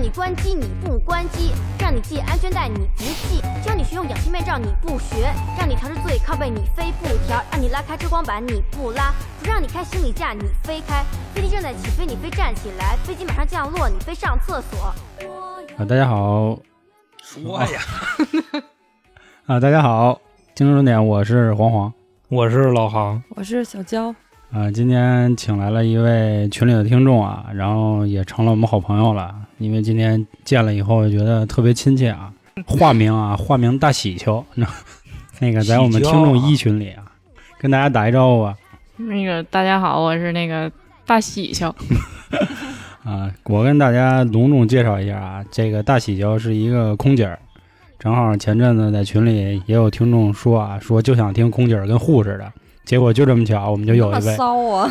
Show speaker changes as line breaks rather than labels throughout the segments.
你关机你不关机，让你系安全带你不系，教你学用氧气面罩你不学，让你调至最靠背你非不调，让你拉开遮光板你不拉，不让你开行李架你非开，飞机正在起飞你非站起来，飞机马上降落你非上厕所。
啊，大家好
说呀，
啊，大家好，精神论点，我是黄黄
我是老航，
我是小娇，
啊，今天请来了一位群里的听众啊，然后也成了我们好朋友了，因为今天见了以后觉得特别亲切啊，化名啊， 化名大喜秋， 那那个在我们听众一群里啊，跟大家打一招呼吧，
那个大家好，我是那个大喜庆，
啊，我跟大家隆重介绍一下啊，这个大喜椒是一个空姐儿，正好前阵子在群里也有听众说啊，说就想听空姐儿跟护士的，结果就这么巧，我们就有
这
一
么
位
骚 啊！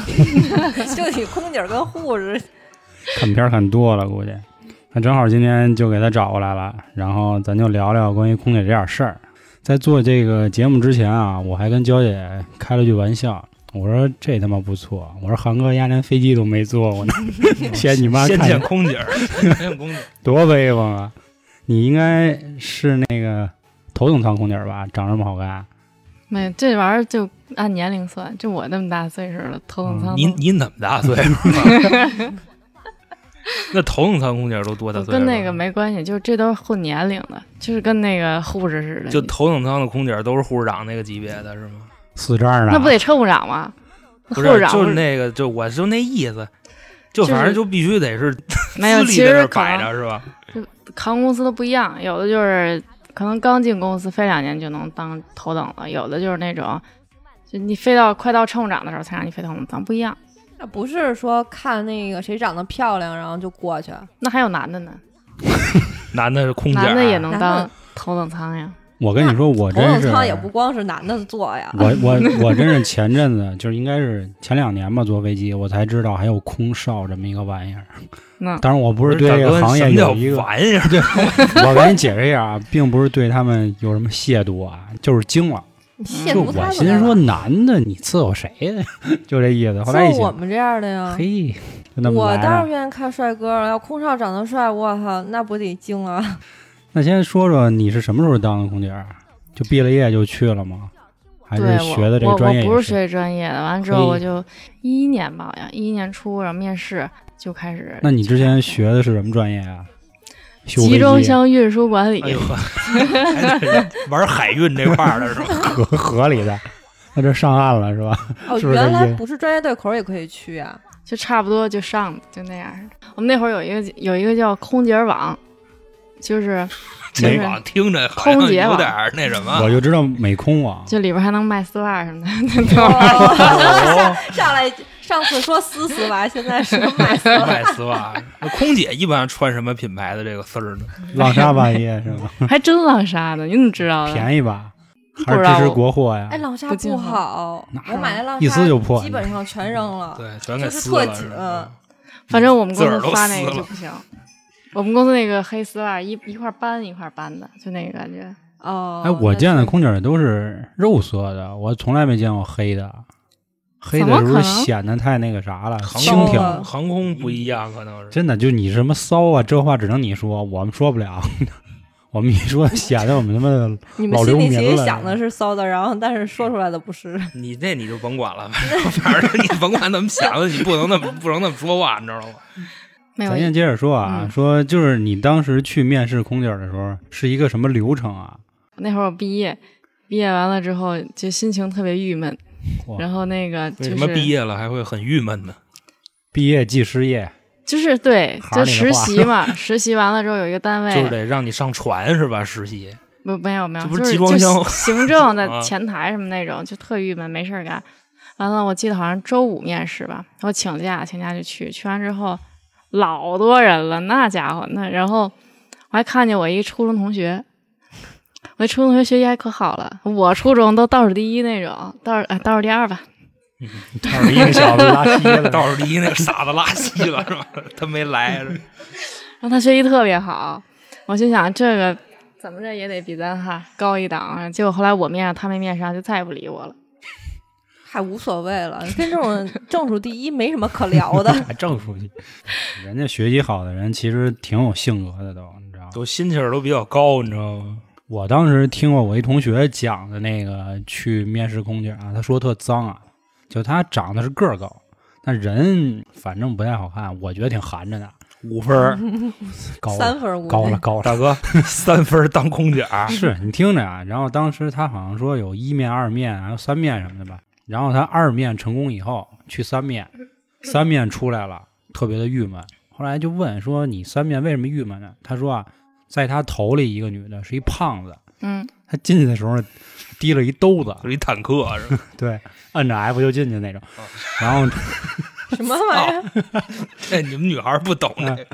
就你空姐儿跟护士，
看片儿看多了，估计，那正好今天就给他找过来了，然后咱就聊聊关于空姐这点事儿。在做这个节目之前啊，我还跟娇姐开了句玩笑，我说这他妈不错，我说韩哥丫连飞机都没坐过 呢，嫌你妈
先
看
见空姐 儿，先见空姐儿，
多威风啊！你应该是那个头等舱空姐吧？长这么好看，
没有这玩意儿就按年龄算，就我那么大岁数了，头等舱
你
都
你怎么大岁数啊？ 那头等舱空姐儿都多大岁数？啊
跟那个，没关系，就这都是混年龄的，就是跟那个护士似的，
就头等舱的空姐儿都是护士长那个级别的是吗？
四十二呢？
那不得乘务长吗？
不
护
是
士，长
就是那个，就我就那意思，就反正
就
就必须得是
没有，
资历
其
在那
实啊
儿
可
摆
能
着是吧？
航空公司都不一样，有的就是可能刚进公司飞两年就能当头等了，有的就是那种就你飞到快到乘务长的时候才让你飞头等舱，不一样。
那不是说看那个谁长得漂亮，然后就过去。
那还有男的呢，
男的是空姐儿，啊
男的也能
男的
当头等舱呀。
我跟你说，我
头
真
等
是嗯
舱也不光是男的坐 呀，
我我我真是前阵子就是应该是前两年吧，坐飞机我才知道还有空少这么一个玩意儿。
那
当然，我不
不
是对
大
这
哥
个行业
什么叫
有一个，
玩意儿，
我给你解释一下啊，并不是对他们有什么亵渎啊，就是惊了。
你亵
就
渎他
我
们
心说，
了
男的你伺候谁呀？ 就这意思。后来一
就我
想，
们这样的呀。
嘿，就那么
我
来
倒
啊
是愿意看帅哥了，要空少长得帅，我操，那不得惊啊了？
那先说说你是什么时候当的空姐儿？啊就毕了业就去了吗？还是
对我
学的这个专业
我？
也
我不是学这专业的，完了之
所以
后我就一一年吧，好像一一年初，然后面试就开始。
那你之前学的是什么专业啊？修
集
飞
装
机啊
箱运输管理，
哎呦呵，还得哎玩海运这块儿的是吧？
河 河里的，那这上岸了是吧？
哦，
是不是
原
这意
来
思
不是专业对口也可以 去啊？
就差不多就上就那样。我们那会儿有一个有一个叫空姐网， 就是
这
没
网听着好像
空姐
有
网
点儿那什么，
我就知道美空网，
就里边还能卖丝袜什么的。
哦上来上次说丝丝袜，现在说 买丝袜。
卖丝袜。那空姐一般穿什么品牌的这个丝儿呢？
浪莎半夜是 吧？
还真浪莎呢，你怎么知道的？
便宜吧？还
不
是
知
支
道
持国货呀
哎，？浪莎
不进
不
口
好，我买那浪莎
啊一撕就破
基本上全扔了。
对，全给
啊就是
撕
特
了。
紧
是
嗯
吧嗯
反正我们公
自个儿
司
都
发那个
撕了
就不行。我们公司那个黑丝袜一一块搬一块搬的，就那个感觉。
哦，
哎，我
那
见的
是
空姐都是肉色的，我从来没见过黑的。黑的
怎么
是不
可
是
能哦
显得太那个啥了，
航
轻
空
佻？
啊
航空不一样，可能是。
真的，就你什么骚啊，这话只能你说，我们说不了。 我们一说显得我们他妈的
你们
老流
心里
民
其实
了
想的是骚的，然后但是说出来的不是。
你那你就甭管了，反正反正你甭管怎么想的，你不能那么不能那么说话，你知 道吗？
没有
咱先接着说啊，
嗯
说就是你当时去面试空姐儿的时候是一个什么流程啊？
那会儿我毕业，毕业完了之后就心情特别郁闷
哇，
然后那个
为
就
什么
是
毕业了还会很郁闷
哎
呢？
毕业即失业，
就是对，
行
就
里的
实
话
习嘛，实习完了之后有一个单
就是
位，
得让你上船是吧？实习
不没有没有，
这不
就是是
集装
就
箱
行 政在
啊
前台什么那种，就特郁闷，没事儿干。完了，我记得好像周五面试吧，我请假，请假就去，去完之后老多人了，那家伙那，然后我还看见我一初中同学，我一初中同学学习还可好了，我初中都倒数第一那种，倒数、哎倒数第二吧，
二十一个小子拉稀了，
倒数第一那个傻子拉稀了是吧？他没来是吧
然后他学习特别好，我心想这个怎么着也得比咱哈高一档啊。结果后来我面上他没面上，就再也不理我了。
还无所谓了，跟这种正数第一没什么可聊的。
还正出去。人家学习好的人其实挺有性格的，都你知道吗？
都心气儿都比较高，你知道吗？
我当时听过我一同学讲的那个去面试空姐啊，他说特脏啊，就他长得是个儿高，但人反正不太好看，我觉得挺寒碜的，
五分儿，
高了
三分无
高了高了。
大哥， 三分儿当空姐儿，
是你听着啊，然后当时他好像说有一面、二面，还有三面什么的吧。然后他二面成功以后去三面，三面出来了，特别的郁闷。后来就问说你三面为什么郁闷呢？他说啊，在他头里一个女的是一胖子，
嗯，
他进去的时候提了一兜子，
就是一坦克是吧？
对，摁着 F 就进去那种。然后，
什么玩意 儿？
这哎你们女孩儿不懂这个，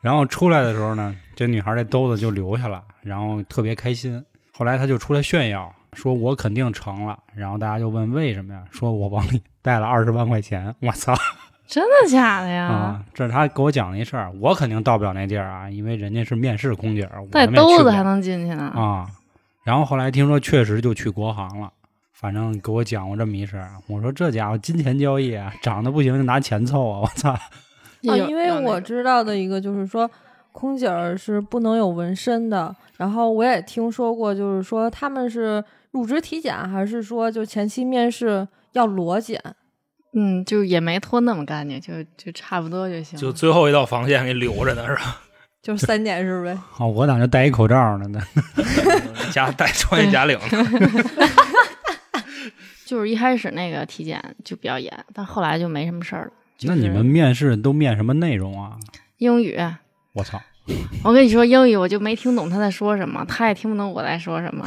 然后出来的时候呢，这女孩这兜子就留下了，然后特别开心。后来她就出来炫耀，说我肯定成了。然后大家就问为什么呀？说我往里带了二十万块钱。我操
真的假的呀？
啊！这是她给我讲的一事儿，我肯定到不了那地儿啊，因为人家是面试空姐儿，我
带
他妈也去不
兜子
了
还能进去呢？
啊。然后后来听说确实就去国航了，反正给我讲过这么一事儿。我说这家伙金钱交易啊，长得不行就拿钱凑啊！我操，
有
啊，因为
有那
我
个
知道的一个就是说，空姐儿是不能有纹身的。然后我也听说过，就是说他们是入职体检，还是说就前期面试要裸检？
嗯，就也没脱那么干净，就就差不多就行了。
就最后一道防线给留着呢，是吧？
就是三点是呗。
啊，我咋就戴一口罩呢？那
假带穿一假领嗯呢，
就是一开始那个体检就比较严，但后来就没什么事儿了。
那你们面试都面什么内容啊？
英语，
我操，
我跟你说英语，我就没听懂他在说什么，他也听不懂我在说什么。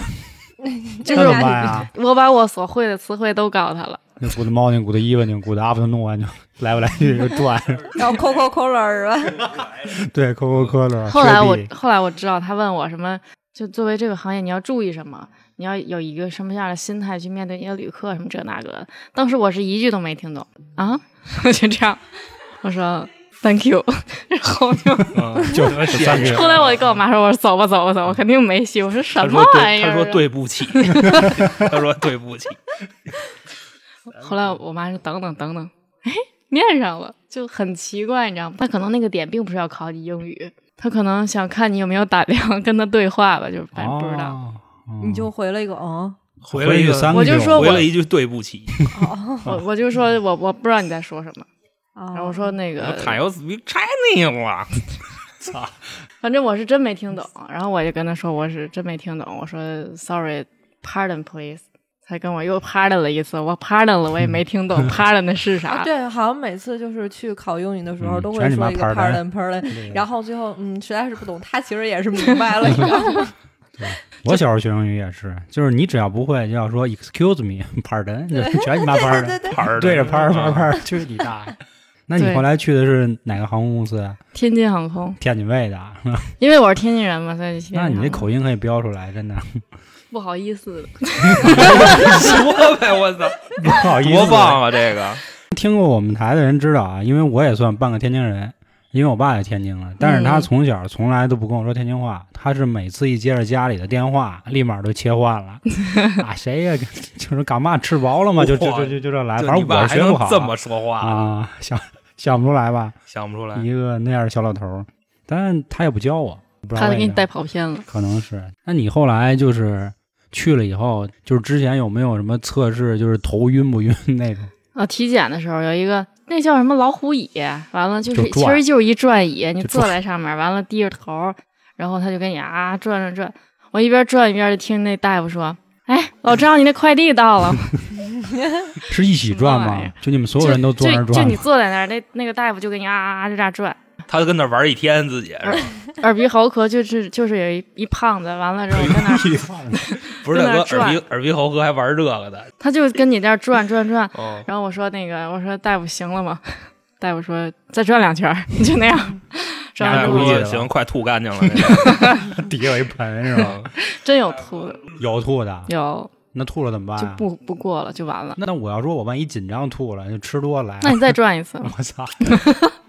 这
这
怎么办呀？
我把我所会的词汇都告诉他了。
那 good morning, good evening, good afternoon 就来不来去就转，
然后抠抠抠了是
嗯
吧？
对，可口可
啊
乐。
后来我
雪碧
后来我知道他问我什么，就作为这个行业你要注意什么，你要有一个什么样的心态去面对你的旅客什么这那个的。当时我是一句都没听懂啊， 我就这样，我说 Thank you，然 后就
嗯就
三个
后来我就跟我妈说，我说走吧走吧走吧，我肯定没戏。我说什
他
么
说
玩
对，
意儿？啊
他说。对不 起，他说对 不起，
后来我妈说等等等等，哎，面上了，就很奇怪，你知道吗？他可能那个点并不是要考你英语，他可能想看你有没有胆量跟他对话吧，就是反正不知道。
哦哦
你就回了一个嗯，
回了一
一
个
三个，
我就说
回了一句对不起。
我我就说我我不知道你在说什么，
然
然后我说那个，
Can you speak Chinese 啊？
反正我是真没听懂，然后我就跟他说我是真没听懂，我说 sorry，pardon please，他跟我又 pardon 了一次，我 pardon 了我也没听懂
嗯
pardon 的是啥
啊，，对，好像每次就是去考英语的时候
嗯
都会
全是
说
妈
一个
pardon
pardon pardon，然后最后嗯实在是不懂，他其实也是明白了，你知道 吗？
我小时候学英语也是，就是你只要不会就要说 excuse me, pardon，就全你妈 pardon，
对对对
盘儿嗯
对着拍拍拍，去你大爷！那你
对
后来去的是哪个航空公司啊？
天津航空，
天津卫的啊，
因为我是天津人嘛，所以
那你这
这
口音可以标出来，真的
不好意思，
说呗，我操，
不好意思。
多棒！啊！这个
听过我们台的人知道啊，因为我也算半个天津人，因为我爸也天津了，但是
嗯
他从小从来都不跟我说天津话，他是每次一接着家里的电话，立马就切换 了啊，谁呀？ 就是干嘛吃饱了吗？就就就就就这来，
就
哎反
你
正
爸
我
还
学不
能
好
这么说话，
啊，想想不出来吧？
想不出来。
一个那样的小老头儿，但他也不教我，不知道
怕他
为
给你
啥
带跑偏了。
可能是。那你后来就是去了以后，就是之前有没有什么测试，就是头晕不晕那种？
啊，体检的时候有一个那叫什么老虎椅，完了就是
就
其
转
实就是一转椅，你
就
坐
转
在上面，完了低着头，然后他就跟你啊转转转，我一边转一边就听那大夫说。哎，老张，你那快递到 了。
是一起转
什么玩意
吗
儿？
就你们所有人都坐那儿
就就
转
你
吗？
坐在那儿，那那个大夫就给你啊啊啊就这样转，
他跟那玩一天，自己是
嗯
吧
耳鼻喉科就是就是有一一胖子，完了之后在那儿，
哎
不是大
在那
哥
儿
耳鼻耳鼻喉科还玩这个的，
他就跟你在那儿转转转，
哦，
然后我说那个，我说大夫行了吗？大夫说再转两圈儿，你就那样。转
那
完
大
之
估
后
计
哥
了
行，快吐干净了 这
底下有一盆是
个，
吧？
嗯
真有吐的，
有吐的，
有
那吐了怎么办
就
啊？
不不过了，就完了。
那我要说，我万一紧张吐了，就吃多了来
那
了，，
你再转一次
我操！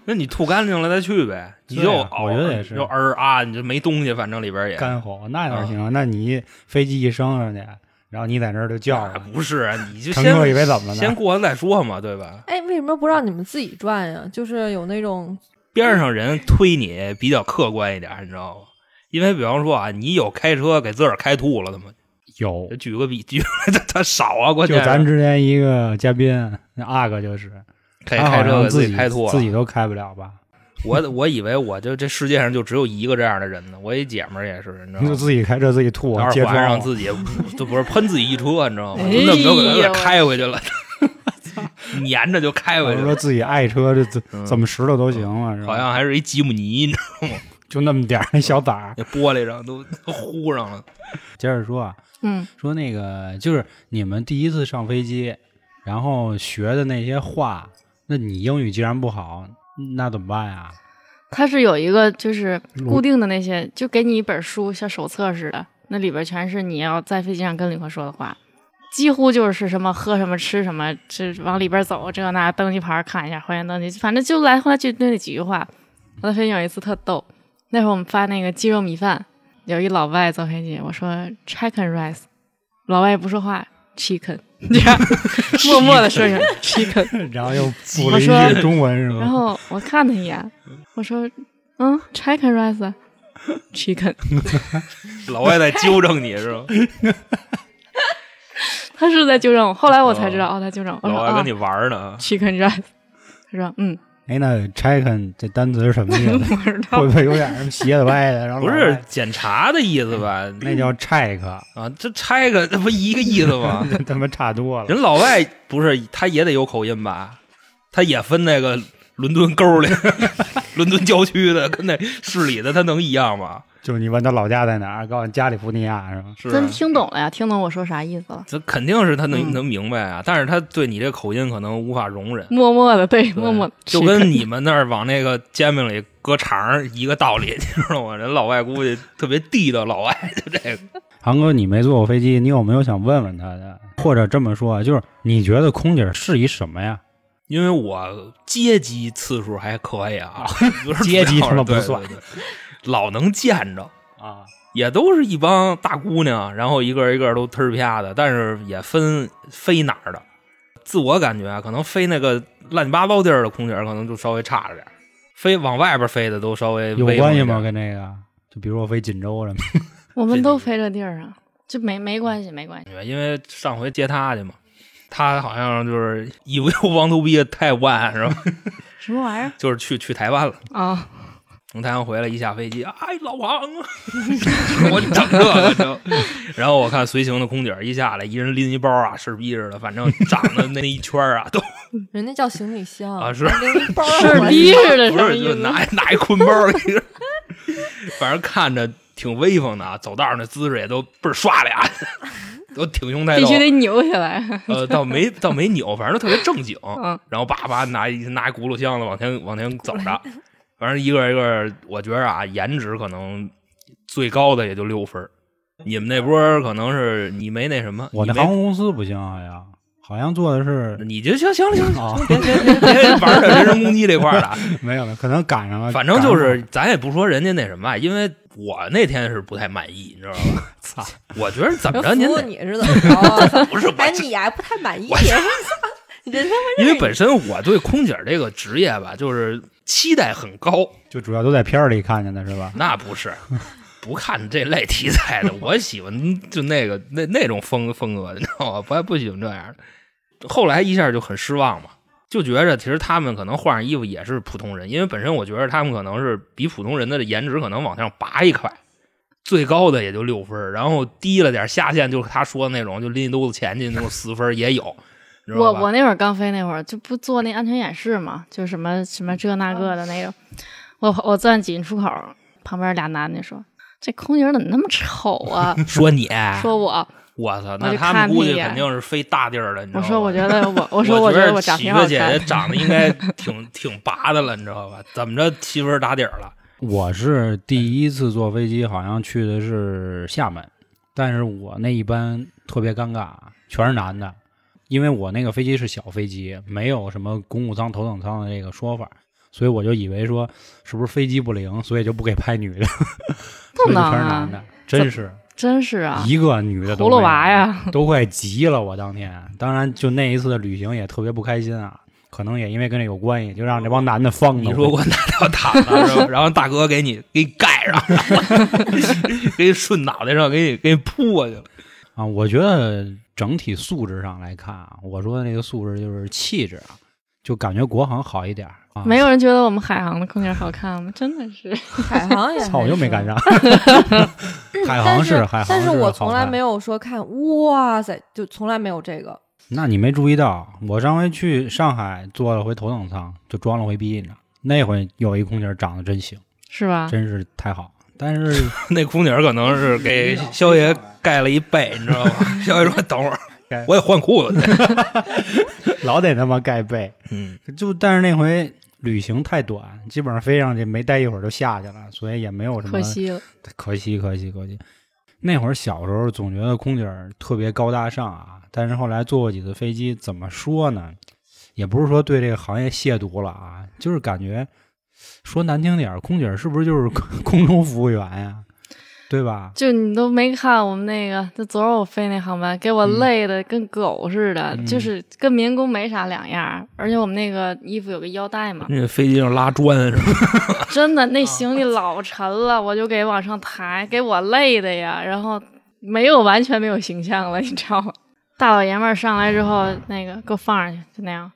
那你吐干净了再去呗，你就
对啊
嗷
我觉得也是
就儿啊，你就没东西，反正里边也
干吼，那哪行啊？那你一飞机一升上去，然后你在那儿就叫
啊
了，
不是啊，你就
乘
先
客以为怎么了
先
呢？
过完再说嘛，对吧？
哎，为什么不让你们自己转呀？就是有那种
边上人推你比较客观一点，你知道吗？因为比方说啊，你有开车给自个儿开吐了的吗？
有，
举个比， 举他他少啊，关键
就是咱之前一个嘉宾那阿哥就是，
开
他
开
好
车
像
给
自己
开吐了，
自己都开不了吧？
我我以为我就这世界上就只有一个这样的人呢，我一姐们儿也是，你知道
就
吗？
自己开车自己吐，
二
揭
环
穿
上
我
自己 就不是喷自己一车，你知道吗？
哎
就那么着给
呦
他开回 去了，粘着就开
我
回
是
去
说
了，
自己爱车，这怎
嗯
怎么拾掇都行了，是吧
好像还是一吉姆尼，你知道
就那么点儿那小崽儿。
那玻璃上都都糊上了。
接着说啊，
嗯，
说那个就是你们第一次上飞机，然后学的那些话，那你英语既然不好，那怎么办 呀？
它是有一个就是
录
固定的那些，就给你一本书，像手册似的，那里边全是你要在飞机上跟旅客说的话，几乎就是什么喝什么吃什么，这往里边走这那登机牌看一下，欢迎登机，反正就来回来去就那几句话。我在飞机上有一次特逗，那会儿我们发那个鸡肉米饭，有一老外坐飞机，我说 chicken rice，老外也不说话，chicken，这样 默默的说一声 chicken。
然后又补了一
我
句
说
中文是
嗯
吗？
然后我看他一眼，我说：“嗯，chicken rice。” chicken，
老外在纠正你是吧？
他是在纠正我。后来我才知道，哦，他纠正我。我说
老：“外
啊
跟你玩
哦
呢，
，chicken rice。”他说：“嗯，
哎，那 chicken 这单词是什么意思？
我知道
会。不会有点什么斜的歪的？然后
啊不
老
是
外
检查的意思吧？
那叫 check，
啊，这拆个那不一个意思吗？
这他妈差多了。
人老外不是他也得有口音吧？他也分那个伦敦沟里、 伦敦郊区的跟那市里的，他能一样吗？
就是你问他老家在哪儿，告诉你加利福尼亚是吗？
是啊
真听懂了呀，听懂我说啥意思了，
这肯定是他能
嗯
能明白啊，但是他对你这口音可能无法容忍。
默默的，对，
对
默默地
就跟
chicken
你们那儿往那个煎饼里搁肠儿一个道理， 你知道吗？人老外估计特别地道，老外就这个。
航哥，你没坐过飞机，你有没有想问问他的？或者这么说，啊就是你觉得空姐是一什么呀？
因为我接机次数还可 以啊，就是
接机他妈不
对
算，
对对老能见着，
啊，
也都是一帮大姑娘，然后一个一个都忒儿啪的，但是也分飞哪儿的。自我感觉啊，可能飞那个乱七八糟地儿的空姐儿可能就稍微差着点儿，飞往外边飞的都稍微
有
威风
关
一
系
点
吗？？跟这个？就比如我飞锦州什么，
我们都飞这地儿啊，就没没关系，没关系。
因为上回接她去嘛，她好像就是一 w want to be 台湾是吧？
什么玩意儿
就是去去台湾了。
啊？
从台湾回来，一下飞机，哎，老王， 我整这个你知道。然后我看随行的空姐儿一下来，一人拎一包啊，是逼似的，反正长得那一圈儿啊， 都
人家叫行李箱
啊是
拎一包儿
事
回来
逼似的，
不
什么
是
意
就
思？
拿拿一捆包儿，一人反正看着挺威风的啊，走道儿那姿势也都倍儿刷俩， 都挺胸啊抬
必
头
须，得扭起来。
呃，倒没倒没扭，反正都特别正经。
嗯，
然后叭叭拿一拿一轱辘箱子往前往前走着，反正一个一个，我觉着啊，颜值可能最高的也就六分儿。你们那波儿可能是你没那什么，
我那
你
航
没，
空公司不行，好像好像做的是
你就行行了行 了，
啊，
别别别别玩这人身攻击这块儿 了啊。
没有没有，可能赶 上了，
反正就
赶上
是
了
咱也不说人家那什么，因为我那天是不太满意，你知道吧？
操，
我觉得怎么着
人
您
服务
得
你 是怎么 着啊？
不是我
哎，
这
你还不太满意
我，
人家
因为本身我对空姐儿这个职业吧，就是期待很高。
就主要都在片儿里看见的是吧？
那不是，不看这类题材的，我喜欢就那个那那种风风格的，你知道吗？不不喜欢这样的。后来一下就很失望嘛，就觉着其实他们可能换上衣服也是普通人，因为本身我觉得他们可能是比普通人的颜值可能往上拔一块，最高的也就六分儿，然后低了点儿下限就是他说的那种就拎一兜子钱进那种四分儿也有，你知
我
道吧？
我那会儿刚飞那会儿就不做那安全演示嘛，就什么什么这那个的那个。我我钻紧出口，旁边俩男的说：“这空姐怎么那么丑 啊
说你，？”
说我，
我操，
我
那
就
他们
看
估
那
计
一眼
肯定是飞大地儿的，你知
我
道
说
吧
我觉得我 我说
我
我觉得
我
我长
媳
挺
妇
好
姐
看
姐。长得应该 挺挺拔的了，你知道吧？怎么着七分打底儿了？
我是第一次坐飞机，好像去的是厦门，但是我那一班特别尴尬，全是男的，因为我那个飞机是小飞机，没有什么公务舱、头等舱的这个说法，所以我就以为
啊
说是不是飞机不灵，所以就不给拍女的，所以就全是男的，真是
真是啊，
一个女的都
葫芦
没有啊
娃呀，
都快急了。我当天，当然就那一次的旅行也特别不开心啊，可能也因为跟这有关系，就让这帮男的放
你
的。
说我拿到毯 子，是吧然后大哥给你给你盖上，给你顺脑袋上，给你给你扑过去了。
啊，我觉得整体素质上来看啊，我说的那个素质就是气质啊，就感觉国航好一点儿啊。
没有人觉得我们海航的空姐好看吗？真的是，
海航也
操，我
还
又没
是
赶上。 海
但
航
是
海航
但是我从来
有。
没有说看，哇塞，就从来没有这个。
那你没注意到，我上回去上海坐了回头等舱，就装了回逼呢。那回有一空姐长得真行，
是吧？
真是太好。但是
那空姐儿可能是给肖爷盖了一被，你知道吗？ 肖爷说：“等会儿，我也换裤子去。
老得他妈盖被，”
嗯，
就但是那回旅行太短，基本上飞上去没待一会儿就下去了，所以也没有什么
可惜了，
可惜，可惜，可惜。那会儿小时候总觉得空姐儿特别高大上啊，但是后来坐过几次飞机，怎么说呢？也不是说对这个行业亵渎了啊，就是感觉说难听点儿，空姐儿是不是就是空中服务员呀、对吧？
就你都没看我们那个，就昨儿我飞那航班，给我
嗯
累的跟狗似的，
嗯
就是跟民工没啥两样儿。而且我们那个衣服有个腰 带嘛，
那个飞机上拉砖是吧？
真的那行李老沉了，我就给往上抬，给我累的呀。然后没有完全没有形象了，你知道吗？大老爷们儿上来之后，那个给我放上去，就那样。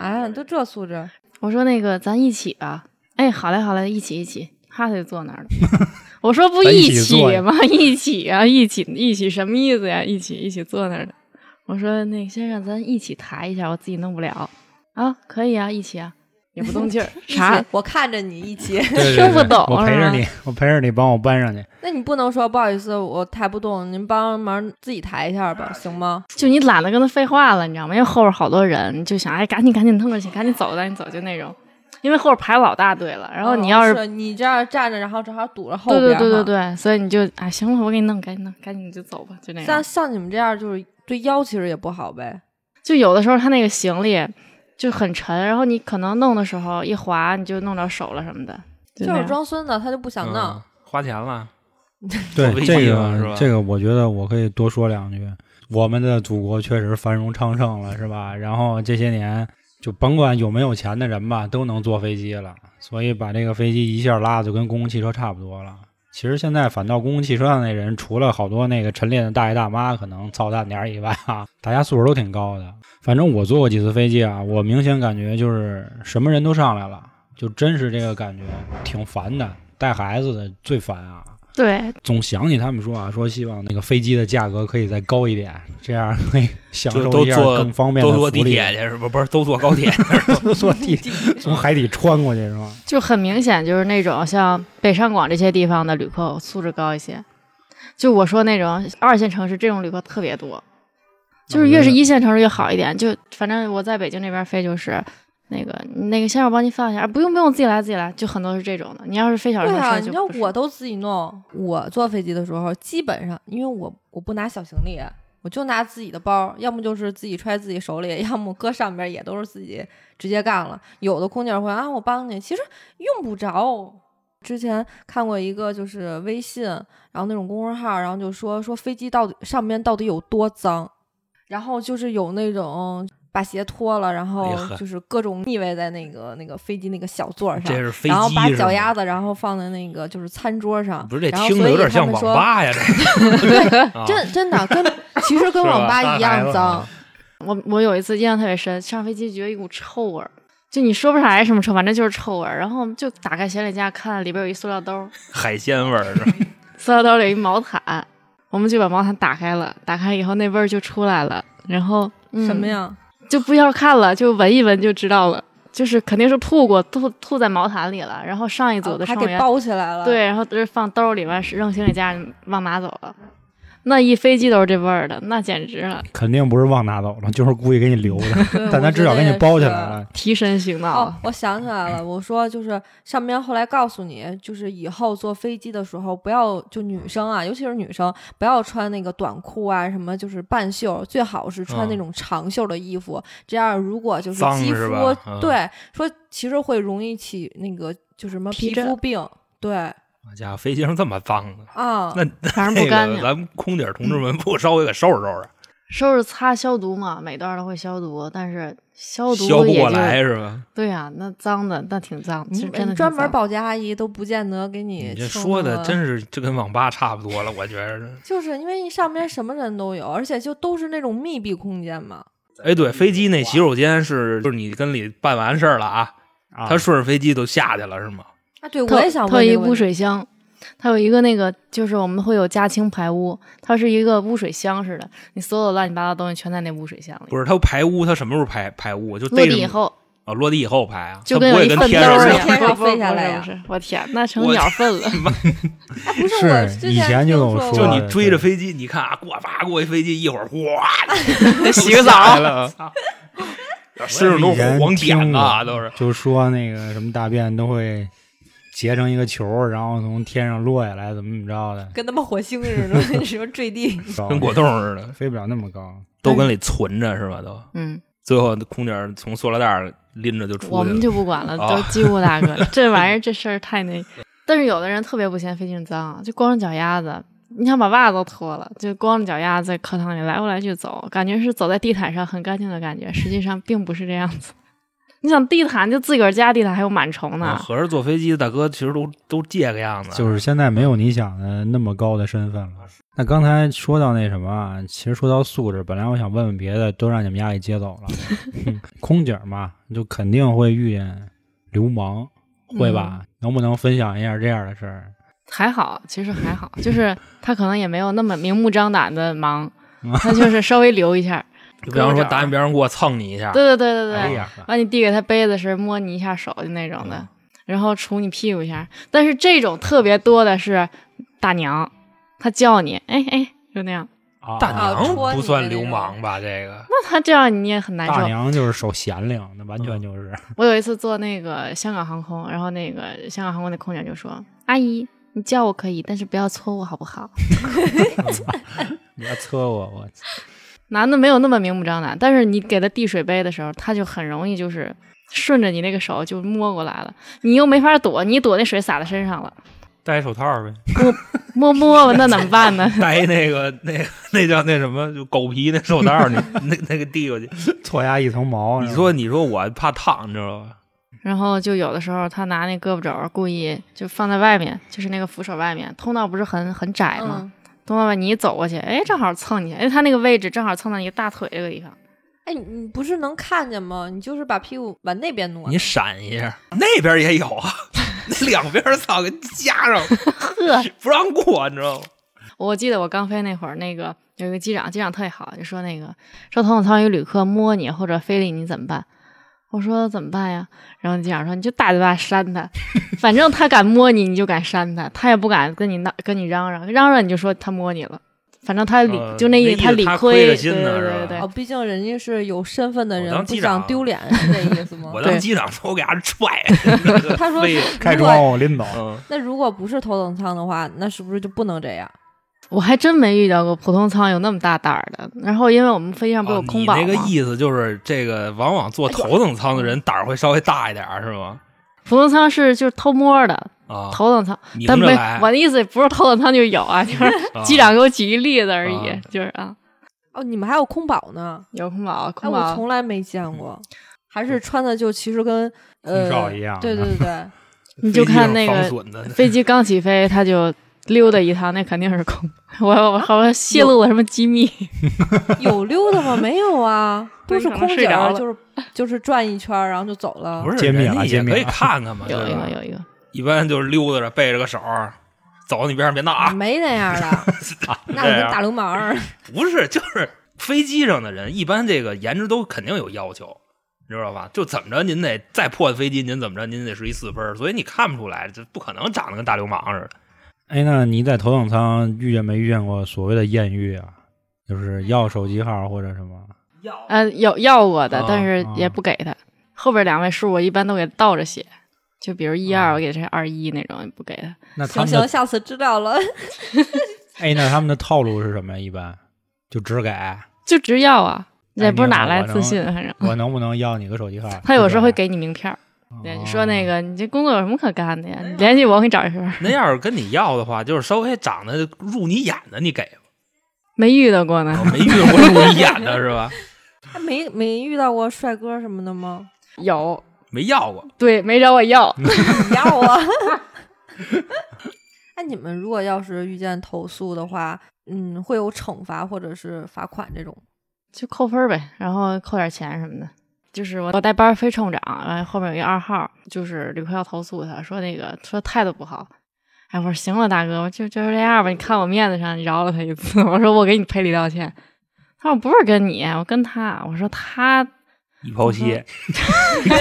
哎，都这素质，
我说那个咱一起吧。哎，好嘞好嘞，一起一起。哈，他就坐那儿了。我说不
咱一
一
起坐呀
起吗？ 一起啊，一起一起什么意思呀？一起一起坐那儿的。我说那个先生，咱一起抬一下，我自己弄不了啊。可以啊，一起啊，也不动 劲儿，
一
啥
起？我看着你一起。
对对
听不
对
懂
我陪
是
着
吧
你，我陪着你，帮我搬上去。
那你不能说不好意思，我抬不动，您帮忙自己抬一下吧，行吗？
就你懒得跟他废话了，你知道吗？因为后边好多人，你就想哎，赶紧赶紧弄过去，赶紧走，赶紧走，就那种。因为后边排老大队了，然后你要
哦
是
是你这样站着，然后正好堵着后
对
边
对
哈，
对对对，所以你就哎，行了，我给你弄，赶紧弄，赶紧就走吧，就那
像
样。
像你们这样，就是对腰其实也不好呗。
就有的时候他那个行李就很沉，然后你可能弄的时候一滑，你就弄着手了什么的。就
就
那
是
样
装孙子，他就不想弄
嗯。花钱了，
对
坐飞
这
机嘛是
个
吧
这个，我觉得我可以多说两句。我们的祖国确实繁荣昌盛了，是吧？然后这些年就甭管有没有钱的人吧，都能坐飞机了，所以把这个飞机一下拉就跟公共汽车差不多了。其实现在反倒公共汽车上那人，除了好多那个晨练的大爷大妈可能操蛋点儿以外啊，大家素质都挺高的。反正我坐过几次飞机啊，我明显感觉就是什么人都上来了，就真是这个感觉，挺烦的。带孩子的最烦啊，
对，
总想起他们说啊，说希望那个飞机的价格可以再高一点，这样可以享
就
受
都
一下
坐
更方便的
都
福
坐
利。
地铁去是吧？不是，都坐高 铁。
都坐地， 从海底穿过去是吗？
就很明显就是那种像北上广这些地方的旅客素质高一些。就我说那种二线城市这种旅客特别多，就是越是一线城市越好一点。就反正我在北京那边飞就是。那个那个，先生，我帮您放一下，啊不用不用，自己来自己来，就很多是这种的。你要是飞小
对
城
啊，
市，
你知
就
道
不是
我都自己弄。我坐飞机的时候，基本上因为我我不拿小行李，我就拿自己的包，要么就是自己揣自己手里，要么搁上边也都是自己直接干了。有的空姐会啊，我帮你，其实用不着。之前看过一个就是微信，然后那种公众号，然后就说说飞机到底上面到底有多脏，然后就是有那种把鞋脱了，然后
哎呵
就是各种腻歪在那个那个飞机那个小座上，
这是飞
然后把
机是
脚丫
吗？
子，然后放在那个就是餐桌上。
不是，这
然后
听着
所以
有点
他
像
们
网
说。
吧呀， 这啊
真真的 跟其实
是
跟
吧
网吧一
啊
样脏，
我我有一次印象特别深，上飞机觉得一股臭味儿，就你说不上来什么臭，反正就是臭味儿。然后就打开行李架，看里边有一塑料兜儿，
海鲜味儿是吧？
塑料兜里有一毛毯，我们就把毛毯打开了，打开以后那味儿就出来了，然后、嗯
什么呀？
就不要看了，就闻一闻就知道了，就是肯定是吐过，吐吐在毛毯里了。然后上一组
啊
的
还
乘
给
员、
包起来了。，
对，然后都是放兜里面，扔行李架忘拿走了。那一飞机都是这味儿的，那简直啊了，
肯定不是忘拿走了，就是故意给你留的
对，
但他
我
至
觉
少
得
给你
也
包起
是
来了。
提神醒脑啊
哦
了。，
我想起来了，我说就是上面后来告诉你，就是以后坐飞机的时候不要就女生啊，尤其是女生不要穿那个短裤啊，什么就是半袖，最好是穿那
嗯
种长袖的衣服，这样如果就是
脏
肌
是
肤
吧嗯
对说其实会容易起那个就是什么
皮
皮
疹
肤病，对。
好家伙，飞机上这么脏的，
啊，
那
反正
那
不干净
个。咱们空姐同志们不稍微给收拾收拾，
收拾擦消毒嘛，每段都会消毒，但是消嗯毒
消不
也
过
就
来是吧？
对呀、那脏的那挺脏，其实真
你
的挺
嗯哎专门
脏
保洁阿姨都不见得给你
你这
清
说
了
的真是就跟网吧差不多了，我觉着。
就是因为上边什么人都有，而且就都是那种密闭空间嘛。
哎，对，飞机那洗手间是就是你跟里办完事儿了啊，
啊
他顺着飞机都下去了是吗？
啊，对，
特
我也想
特
问
一
这个问
污
题。
水箱，它有一个那个，就是我们会有家清排污，它是一个污水箱似的，你所有乱七八糟的东西全在那污水箱里
不。是，他排污，他什么时候排排污？就
落
逮
地以
着
后，
啊，落地以后排啊，
就
他不
有
会
一
跟
粪
天
兜
上
儿
似
一
的
样，
天上
不是
飞下
不是
来呀
不是，我天，那成
我
鸟 粪了。
哎，不
是
我之
以
前
前就
听
有
说
说
就
过
你追着飞机，你看啊，过啪过一飞机，一会儿哗，
洗个
下来
澡，
了，操身上都
以前
是黄
听
点
过
啊，都是。
就说那个什么大便都会结成一个球，然后从天上落下来，怎么怎么着的，
跟他妈火星似的，你说 坠地，
跟果冻似的，
飞不了那么高。
啊都跟里存着是吧？都
嗯，
最后空姐儿从塑料袋儿拎着就出
我
去
们
了。
就不管了，
啊
都机务大 哥了，这玩意儿这事儿太那。但是有的人特别不嫌飞机脏，就光着脚丫子，你想把袜子都脱了，就光着脚丫子在课堂里来回来去走，感觉是走在地毯上很干净的感觉，实际上并不是这样子。 你想地毯就自个儿家地毯还有螨虫
啊
呢，
合着坐飞机的大哥其实都都这个样子，啊
就是现在没有你想的那么高的身份了。那刚才说到那什么啊，其实说到素质，本来我想问问别的，都让你们丫给接走了。 哼空姐嘛，就肯定会遇见流氓，会吧？能不能分享一下这样的事儿？
还好，其实还好，就是他可能也没有那么明目张胆 的忙，他就是稍微留一下。
就比方说打你边上过蹭你一下，
对对对对对，
哎呀，
把你递给他杯子时摸你一下手就那种的，
嗯
然后杵你屁股一下。但是这种特别多的是大娘，她叫你，哎哎，就那样。
啊
大
哦
啊
娘
戳
不
你的
算
那
流
种
氓吧？这个
那她这样你也很难
大
受。
娘就是手闲灵，那完全就是
我有一次坐那个香港航空，然后那个香港航空的空姐就说：“阿姨，你叫我可以，但是不要搓我好不好？”
你要测我，我操
男的没有那么明目张胆，但是你给他递水杯的时候，他就很容易就是顺着你那个手就摸过来了，你又没法躲，你一躲那水洒他身上了，
戴手套呗，
摸摸吧，那怎么办呢？
戴一那个那个那叫那什么，就狗皮那手套，你 那那个递 过去。
搓牙一层毛。
你说你说我怕烫，你知道吧？
然后就有的时候他拿那胳膊肘儿故意就放在外面，就是那个扶手外面，通道不是很很窄吗？
嗯，
通道外你一走过去，哎，正好蹭你，哎，他那个位置正好蹭到你的大腿这个地方，
哎，你你不是能看见吗？你就是把屁股往那边挪
你，闪一下，那边也有啊， 那两边儿操给夹 上，不让过，你知道吗？
我记得我刚飞那会儿，那个有一个机长，机长特别好，就说那个说头等舱有旅客摸你或者非礼你怎么办？我说怎么办呀？然后机长说你就大嘴巴扇他， 反正他敢摸你，你就敢扇他，他也不敢跟你闹跟你嚷嚷，嚷嚷你就说他摸你了，反正他理、
呃
就那
那
意
意
思
思
他理
他
亏，
亏
对
着
对
心呢
对
是吧
对对
哦，毕竟人家是有身份的
我
人，
当
不
机
想
长啊
丢 脸，是这意思吗
我？
对
当机长说我给他 踹，
他说
飞
开
如
窗
果
我拎走，
嗯，
那如果不是头等舱的话，那是不是就不能这样？
我还真没遇到过普通舱有那么大胆儿的。然后因为我们飞机上不是有
哦
空保吗？
你那个意思就是，这个往往
哎
坐头等舱的人胆儿会稍微大一点儿，是吗？
普通舱是就是偷摸的，
啊，
头等舱
拧
但
着
没
来，
我的意思不是头等舱就有啊，就是
啊
机长给我举一例子而已，
啊
就是啊，
哦，你们还有空保呢？
有空保，
哎，
空
我
保
从来没见过，还是穿的就其实跟
空
呃
嗯少一样啊
对对对对，
你就看
飞
那个
机上防损的
飞机刚起飞，他就溜达一趟，那肯定是空。 我我好像泄露了什么机密，
有溜达吗？没有啊，都是空
睡
姐
着
儿，
了
就是就是转一圈儿，然后就走了。
不是
揭秘
人
了
家
揭
也
秘啊
可以
了
看看嘛，
有
对
一
吧
个有一个，
一般就是溜达着背着个手儿，走到你边上别闹啊，
没那样 的，
嗯
那
这
就
啊
样
跟大流氓儿。
不是， 就是飞机上的人，一般这个颜值都肯定有要求，你知道吧？就怎么着，您得再破的飞机，您怎么着，您得是一四分儿，所以你看不出来，这不可能长得跟大流氓似的。
哎，那你在头等舱遇见没遇见过所谓的艳遇啊？就是要手机号或者什么？
呃，有要过的
啊，
但是也不给他。后边两位数我一般都给倒着写，就比如一
啊
哦
二，我给这二一那种，不给他。
那他
行
们
行，
的
下次知道了。
哎，那他们的套路是什么呀？一般就只给
就只要啊，
哎
也不是
你好
哪来
我能
自信，反正哦
我能不能要你个手机号？
他有时候会
就这样哦
给你名片儿，对，你说那个，你这工作有什么可干的呀？你联系我，我给你找一份儿。
那要是跟你要的话，就是稍微长得入你眼的，你给吧。
没遇到过呢
我，没遇到过入你眼的是吧？
他没没遇到过帅哥什么的吗？
有
没要 过，
对没找我要，
你要啊！ 那你们如果要是遇见投诉的话，嗯，会有惩罚或者是罚款这种吗？
就扣分儿呗，然后扣点钱什么的。就是我我带班儿飞冲长，然后后面有一二号，就是旅客要投诉他，说那个说态度不好。哎，我说行了，大哥，我就就是这样吧，你看我面子上，你饶了他一次。 我说我给你赔礼道歉。他说我不是跟你，我跟他。我说他
一抛鞋，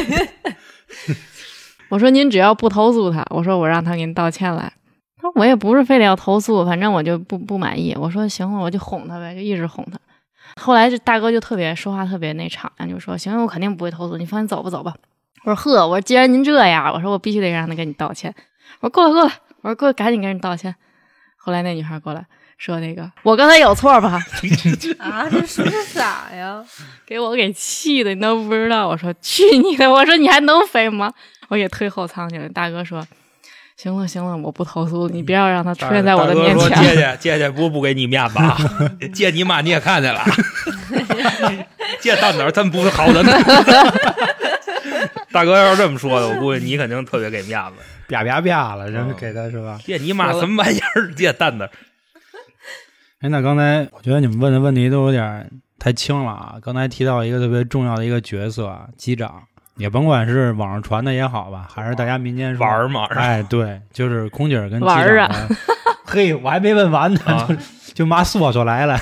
我说您只要不投诉他，我说我让他给您道歉来。他说我也不是非得要投诉，反正我就不不满意。我说行，我就哄他呗，就一直哄他。后来这大哥就特别说话特别那场，就说行，我肯定不会投诉，你放心走吧走吧。我说呵，我说既然您这样，我说我必须得让他跟你道歉。我说过来过来，我说过来赶紧跟人道歉。后来那女孩过来说那个我刚才有错吧？
啊，这是不是傻呀？
给我给气的，你都不知道。我说 去你的！我说你还能飞吗？我也推后舱去了。大哥说：“行了行了，我不投诉，你不要让他出现在我的
大
面
哥说
前。
姐姐姐姐不不给你面子 啊，姐你妈你也看见了，姐到哪儿咱们不好咱们 大哥要是这么说的，我估计你肯定特别给面子。
啪啪啪了，
哦
然后给他是吧？
姐你妈什么玩意儿？姐蛋的，
哎，那刚才我觉得你们问的问题都有点太轻了啊。刚才提到一个特别重要的一个角色啊，机长，也甭管是网上传的也好吧，还是大家民间说
玩儿嘛是吧
哎，对，就是空姐儿跟机
玩
长
儿啊
的。嘿，我还没问完呢，
啊
就妈说就来了，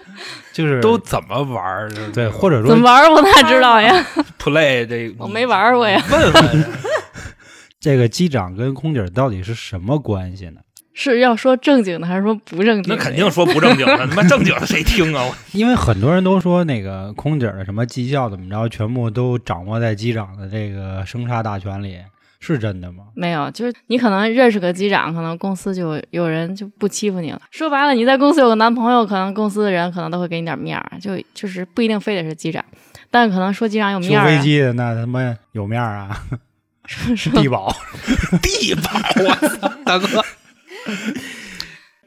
就是
都怎么玩儿？
对，或者
怎么
说
玩儿我哪知道呀？
play 这
我没玩过呀。
问问，
这个机长跟空姐儿到底是什么关系呢？
是要说正经的还是说不正经的
那
呀？
肯定说不正经的，他妈正经的谁听啊？我
因为很多人都说那个空姐儿的什么绩效怎么着，全部都掌握在机长的这个生杀大权里，是真的吗？
没有，就是你可能认识个机长，可能公司就有有人就不欺负你了。说白了，你在公司有个男朋友，可能公司的人可能都会给你点面儿，就就是不一定非得是机长，但可能说机长有
修
面儿、
飞
啊。
机的那他妈有面儿 啊，
说
地保
地保，我操，大哥，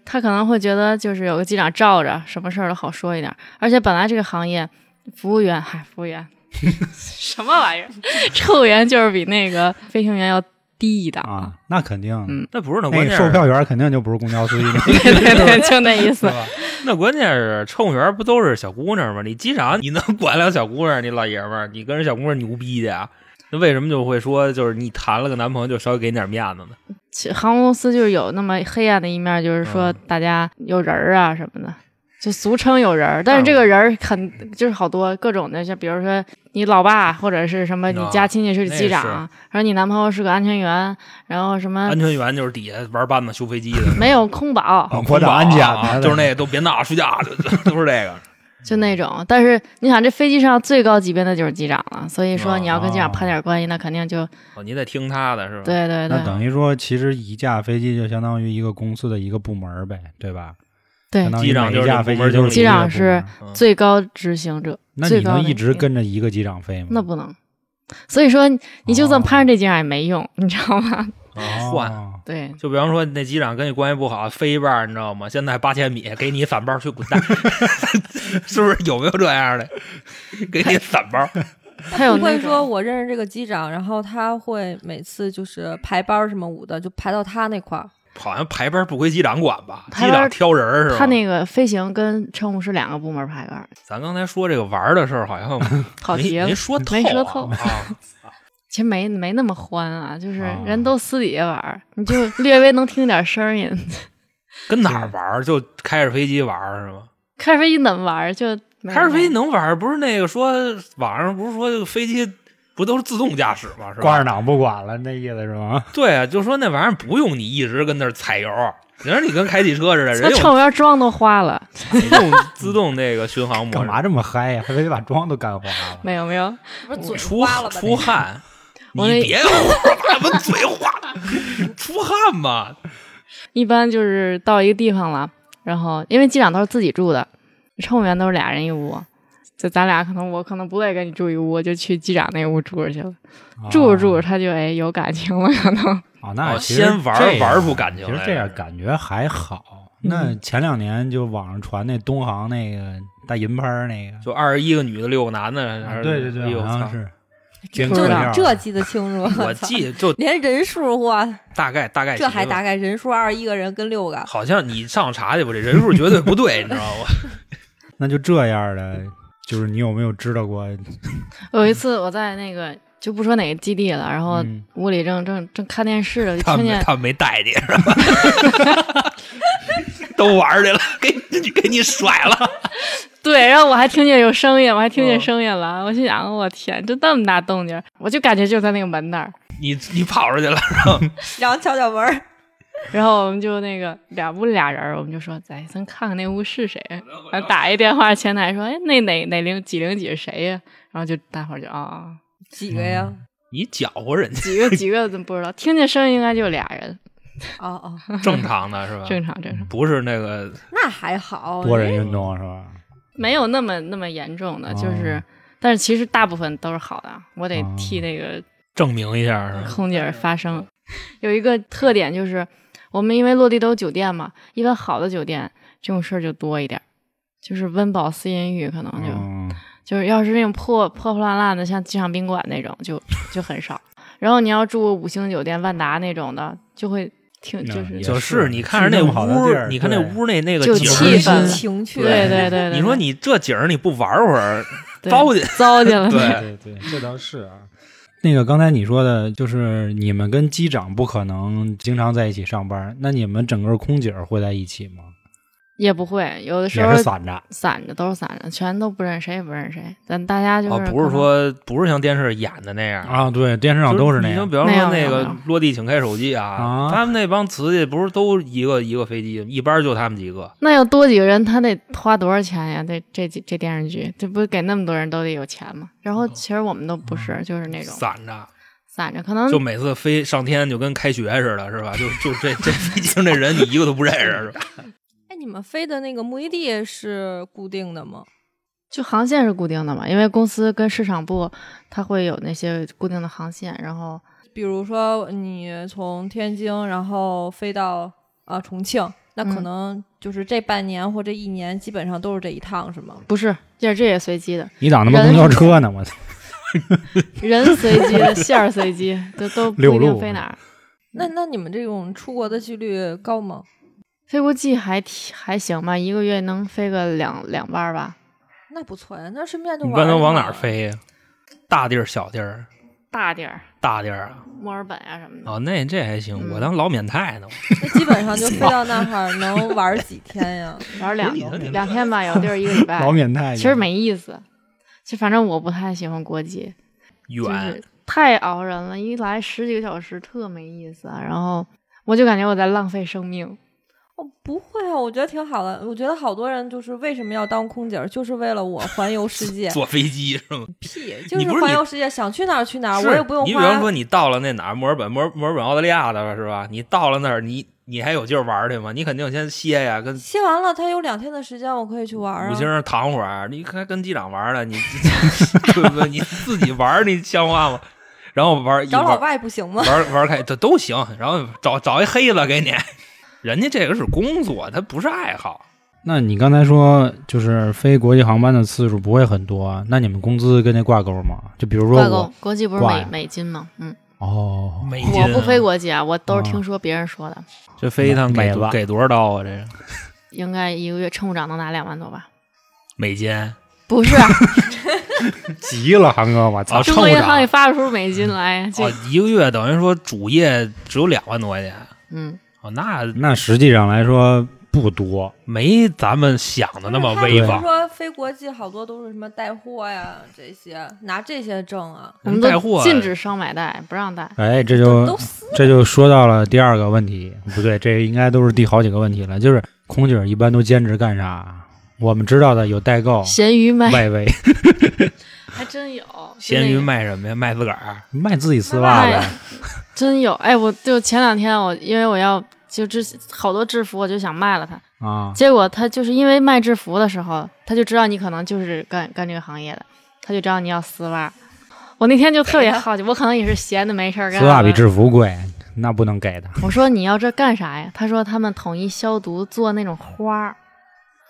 他可能会觉得就是有个机长罩着，什么事儿都好说一点儿。而且本来这个行业，服务员，嗨，服务员， 什么玩意儿？乘务员就是比那个飞行员要低一档。
啊，那肯定的。
嗯
那不是
那
那关
个
键
哎售
是
票员肯定就不是公交司机，
对对对，就那意
是
思。
吧？
那关键是乘务员不都是小姑娘吗？你机长你能管了小姑娘，你老爷们儿，你跟人小姑娘牛逼去啊？那为什么就会说就是你谈了个男朋友就稍微给你点面子呢？
其航空公司就是有那么黑暗的一面，就是说
嗯
大家有人儿啊什么的，就俗称有人儿。
嗯
但是这个人儿肯就是好多各种的，像比如说你老爸或者是什么，你
啊
家亲戚是
那
机长，
是
然后你男朋友是个安全员，然后什么
安全员就是底下玩班子修飞 机的，
没有空保，
啊国长安检
啊
的
就是那个都别闹，睡觉就就都 是这个。
就那种。但是你想，这飞机上最高级别的就是机长了，所以说
啊
你要跟机长攀点关系，那肯定就
哦，你得听他的是吧？
对对
那
对
等于说，其实一架飞机就相当于一个公司的一个部门儿呗，对吧？相
对，
当于
机长
每
就
一
是
架
这
飞
部门
机
经
都
理
是
机
一个
长
部
是
门儿
嗯，
最高执行者，
那
最
你
高
能
的
一直
那个
跟着一个机长飞吗？
那不能。所以说，你就算
哦
攀上这机长也没用，你知道吗？
啊换。
换
对，
就比方说，那机长跟你关系不好，飞一半儿，你知道吗？现在八千米，给你散包 去滚蛋， 是不是？有没有这样的？给你散包，
他有
不
那
会说
种
我认识这个机长，然后他会每次就是排班儿什么舞的，就排到他那块儿。
好像排班不归机长管吧？
排
机
班
长挑人儿是吧？
他那个飞行跟乘务是两个部门排班，
咱刚才说这个玩儿的事儿，好 像
跑题
没
了
没。说透、啊，
没说透
啊。
其实没没那么欢啊，就是
啊
哦
人都私底下玩儿，你就略微能听点声音。
跟哪儿玩儿？就开着飞机玩儿是吗？
开着飞机怎么玩儿？就没
开着飞
没
机能玩儿？不是那个说网上不是说这个飞机不都是自动驾驶吗？是吧？
挂着档不管了，那意思是吗？
对啊，就说那玩意儿不用你一直跟那儿踩油，你说你跟开汽车似 的，
那
人
乘
有
务员妆都花了，
自动自动那个巡航模
干
式，
嘛这么嗨呀？还非得把妆都干花了？
没有没有，
不是嘴
出
花了吧？
出汗。
我
你
那
别胡说八道，嘴花， 出汗嘛。
一般就是到一个地方了，然后因为机长都是自己住的，乘务员都是俩人一屋，就咱俩可能我可能不乐意跟你住一屋，我就去机长那屋住着去了。 住着住着他就哎有感情了，可能
啊，那
哦
其实
先玩
这样
玩出感情
其实
来
这
了
样感觉还好。那前两年就网上传那东航那个大银牌儿那个，
就二十一个女的，六个男的，
啊
还是
对对
哎
对，
呦
好
我
像
操
是编
不
课
知
料
道
儿，
这记得清楚，
我
操
记就
连人数哇，
大概大概
这还
齐吧
大概人数二十一个人跟六个，
好像你上网查去吧，这人数绝对不对，你知道吗？
那就这样的，就是你有没有知道过？
有一次我在那个就不说哪个基地了，然后
嗯
屋里正正正看电视呢，就
他们
听
没
见
他们没带你是吧？ 都玩儿去了，给你给你甩了，
对，然后我还听见有声音，我还听见
嗯
声音了，我心想我天，就那么大动静儿，我就感觉就在那个门那儿。
你你跑出去了，
然后敲敲门儿，
然后我们就那个俩屋里俩人儿，我们就说，咱咱看看那屋是谁，然后打一电话前台说，哎，那哪哪零几零几是谁呀、然后就大伙儿就啊、啊
几个呀？
你搅和人家，
几个几个怎么不知道？听见声音应该就俩人，
哦哦，
正常的是吧？
正常
嗯
正常，
不是那个
那还好，
多人运动是吧？
没有那么那么严重的，就是
哦，
但是其实大部分都是好的啊，我得
哦嗯
替那个
证明一下是吧？
空姐儿发声。 有一个特点就是，我们因为落地都有酒店嘛，一般好的酒店这种事儿就多一点儿，就是温饱思淫欲可能就。
嗯，
就是要是那种破破破烂烂的，像机场宾馆那种，就就很少。然后你要住五星酒店、万达那种的，就会挺
那
就是
也
就是
是
你看着那
是这么好的
屋
地
儿，
儿
你看那
对
屋儿那那个
就
景儿
气氛
情趣，
对对对对，
你说你这景儿你不玩会儿糟践，
糟践 了，
对
对对，这倒是啊。那个刚才你说的，就是你们跟机长不可能经常在一起上班，那你们整个空姐儿会在一起吗？
也不会。有的时
也
候
是散着，
散着都是散着，全都不认识，谁也不认识谁。咱大家就是、
哦，不是说不是像电视演的那样。
啊，对，电视上
就
都是那
你像
样
比方说
没
那
有没有
个
没有
落地请开手机啊
啊，
他们那帮瓷器不是都一个一个飞机，一班就他们几个，
那要多几个人，他得花多少钱呀？这这这电视剧，这不给那么多人都得有钱吗？然后其实我们都不是，就是那种
哦嗯
嗯
散着，
散着，可能
就每次飞上天就跟开学似的，是吧？就就这这飞机上这人你一个都不认识，是吧？
哎，你们飞的那个目的地是固定的吗？
就航线是固定的嘛，因为公司跟市场部它会有那些固定的航线，然后
比如说你从天津，然后飞到呃重庆，那可
嗯
能就是这半年或这一年基本上都是这一趟，是吗？
不是，这这也随机的，
你咋他妈公交车呢？我操！
人随机的，线儿随机，都都不
六
一
路
定飞哪儿。
那那你们这种出国的几率高吗？
飞国际还挺还行吧，一个月能飞个两两班儿吧，
那不错呀，那顺便就
你
玩
般
儿
能
去
往
嘛
哪儿？飞呀？大地儿小地儿，
大点儿，
大地儿啊，
墨尔本啊什么的。
哦，那这还行，
嗯
我当老缅泰呢。
那基 本上就飞到那儿能玩儿几天呀？
玩儿两
你说你
两天吧，有地儿一个礼拜
老，缅泰
其实没意思。就反正我不太喜欢国际，就
远。
是，太熬人了，一来十几个小时特没意思啊，然后我就感觉我在浪费生命。
哦，不会啊，我觉得挺好的。我觉得好多人就是为什么要当空姐儿，就是为了我环游世界
坐飞机是吗？
屁，就
你
是
不是
环
你
游世界，想去哪儿去
啊
哪儿，
是
我也不用花。
你比方说，你到了那哪儿，墨尔本、墨尔墨尔本、澳大利亚的是吧？你到了那儿，你你还有劲儿玩儿去吗？你肯定先歇呀，跟
歇完了，他有两天的时间，我可以去玩儿啊。
五星儿躺会儿，你还跟机长玩儿呢，你对 不对？你自己玩儿，你像话吗？然后玩儿一
找
玩
老
儿
外不行吗？
玩儿玩儿开这都行，然后找找一黑子给你，人家这个是工作，他不是爱好。
那你刚才说就是飞国际航班的次数不会很多啊，那你们工资跟那挂钩吗？就比如说
挂
我
钩国际不是
挂
美
呀
美金吗？嗯，
哦，
美
我不飞国际啊，我都
啊
是听说别人说的，
这飞一趟
美
给
了
给多少刀啊？这个
应该一个月乘务长能拿两万多吧？
美金 啊，
不是，
急了，韩哥，我操！
乘
中
务
国银行
长
也发不出美金来，这、
哦，一个月等于说主业只有两万多块钱
嗯，
哦，那
那实际上来说不多，
没咱们想的那么
不是
威
他
风
不。是说飞国际好多都是什么带货呀，这些拿这些证啊，
我们
带货
都
啊
禁止商买贷，不让贷。
哎，这
都
就
撕
这就说到了第二个问题，不对，这应该都是第好几个问题了，就是空姐一般都兼职干啥？我们知道的有代购、
咸鱼卖
外围、
还真有，就
咸
那
鱼
个
卖什么呀？卖自个儿。
卖自己丝袜
卖
呗，
哎真有。哎，我就前两天我因为我要就之好多制服我就想卖了它，
啊，
结果他就是因为卖制服的时候，他就知道你可能就是干干这个行业的，他就知道你要丝袜。我那天就特别好奇，我可能也是闲的没事儿干。
丝袜比制服贵，那不能给的。
我说你要这干啥呀？他说他们统一消毒做那种花儿，
啊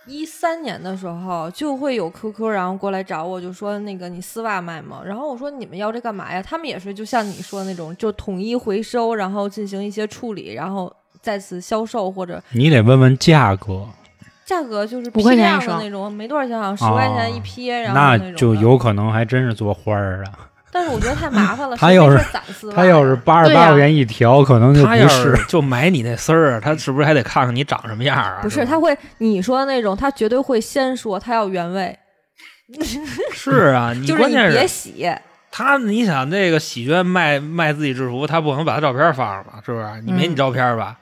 一三年的时候就会有 QQ，然后过来找我，就说那个你丝袜卖吗？然后我说你们要这干嘛呀？他们也是就像你说的那种，就统一回收，然后进行一些处理，然后再次销售或者
你得问问价格，
价格就是
5
批
块钱
量
一
的
双
那种，没多少钱，好像十块钱一批，然
哦
后
那
种的
就。有可能还真是做花儿啊。
但是我觉得太麻烦 了，
他
谁没
要
事
是
攒丝袜呀，
他要是八十
对呀
八块钱一条，可能就
他要
不是
是。就买你那丝儿，他是不是还得看看你长什么样啊？
不是，
吧
他会你说的那种，他绝对会先说他要原味，
是 啊，你
就是
关
你
键
别
是
洗，
他，你想这个喜鹊卖卖自己制服，他不可能把他照片放上吧？是不是？你没你
嗯
照片吧？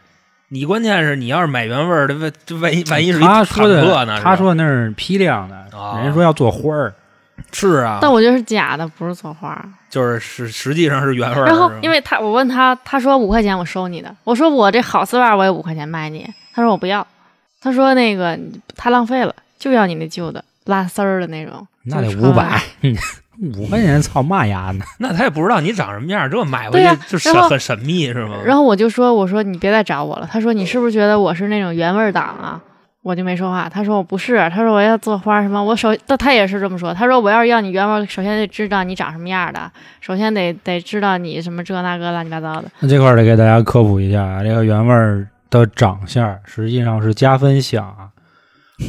你关键是你要是买原味儿的，万这万一万一是一
他说
坦克
的
呢？，是吧
他说的那是批量的，
啊
人家说要做花儿，
是啊，
但我觉得是假的，不是做花儿。
就是是实际上是原味儿。
然后
是吧
因为他，我问他，他说五块钱我收你的，我说我这好丝袜我也五块钱卖你，他说我不要，他说那个太浪费了，就要你那旧的拉丝儿的那种，
那得
就是
五
穿完
百， 五块钱操嘛呀呢？
那他也不知道你长什么样，这买回
对呀
去就是
然后
很神秘是吗？
然后我就说：“我说你别再找我了。”他说：“你是不是觉得我是那种原味儿党啊？”我就没说话。他说：“我不是。”他说：“我要做花儿什么？我首……但他也是这么说。他说：‘我要是要你原味儿，首先得知道你长什么样儿的，首先得得知道你什么这那个乱七八糟的。
那这块儿得给大家科普一下啊，这个原味儿的长相实际上是加分项啊，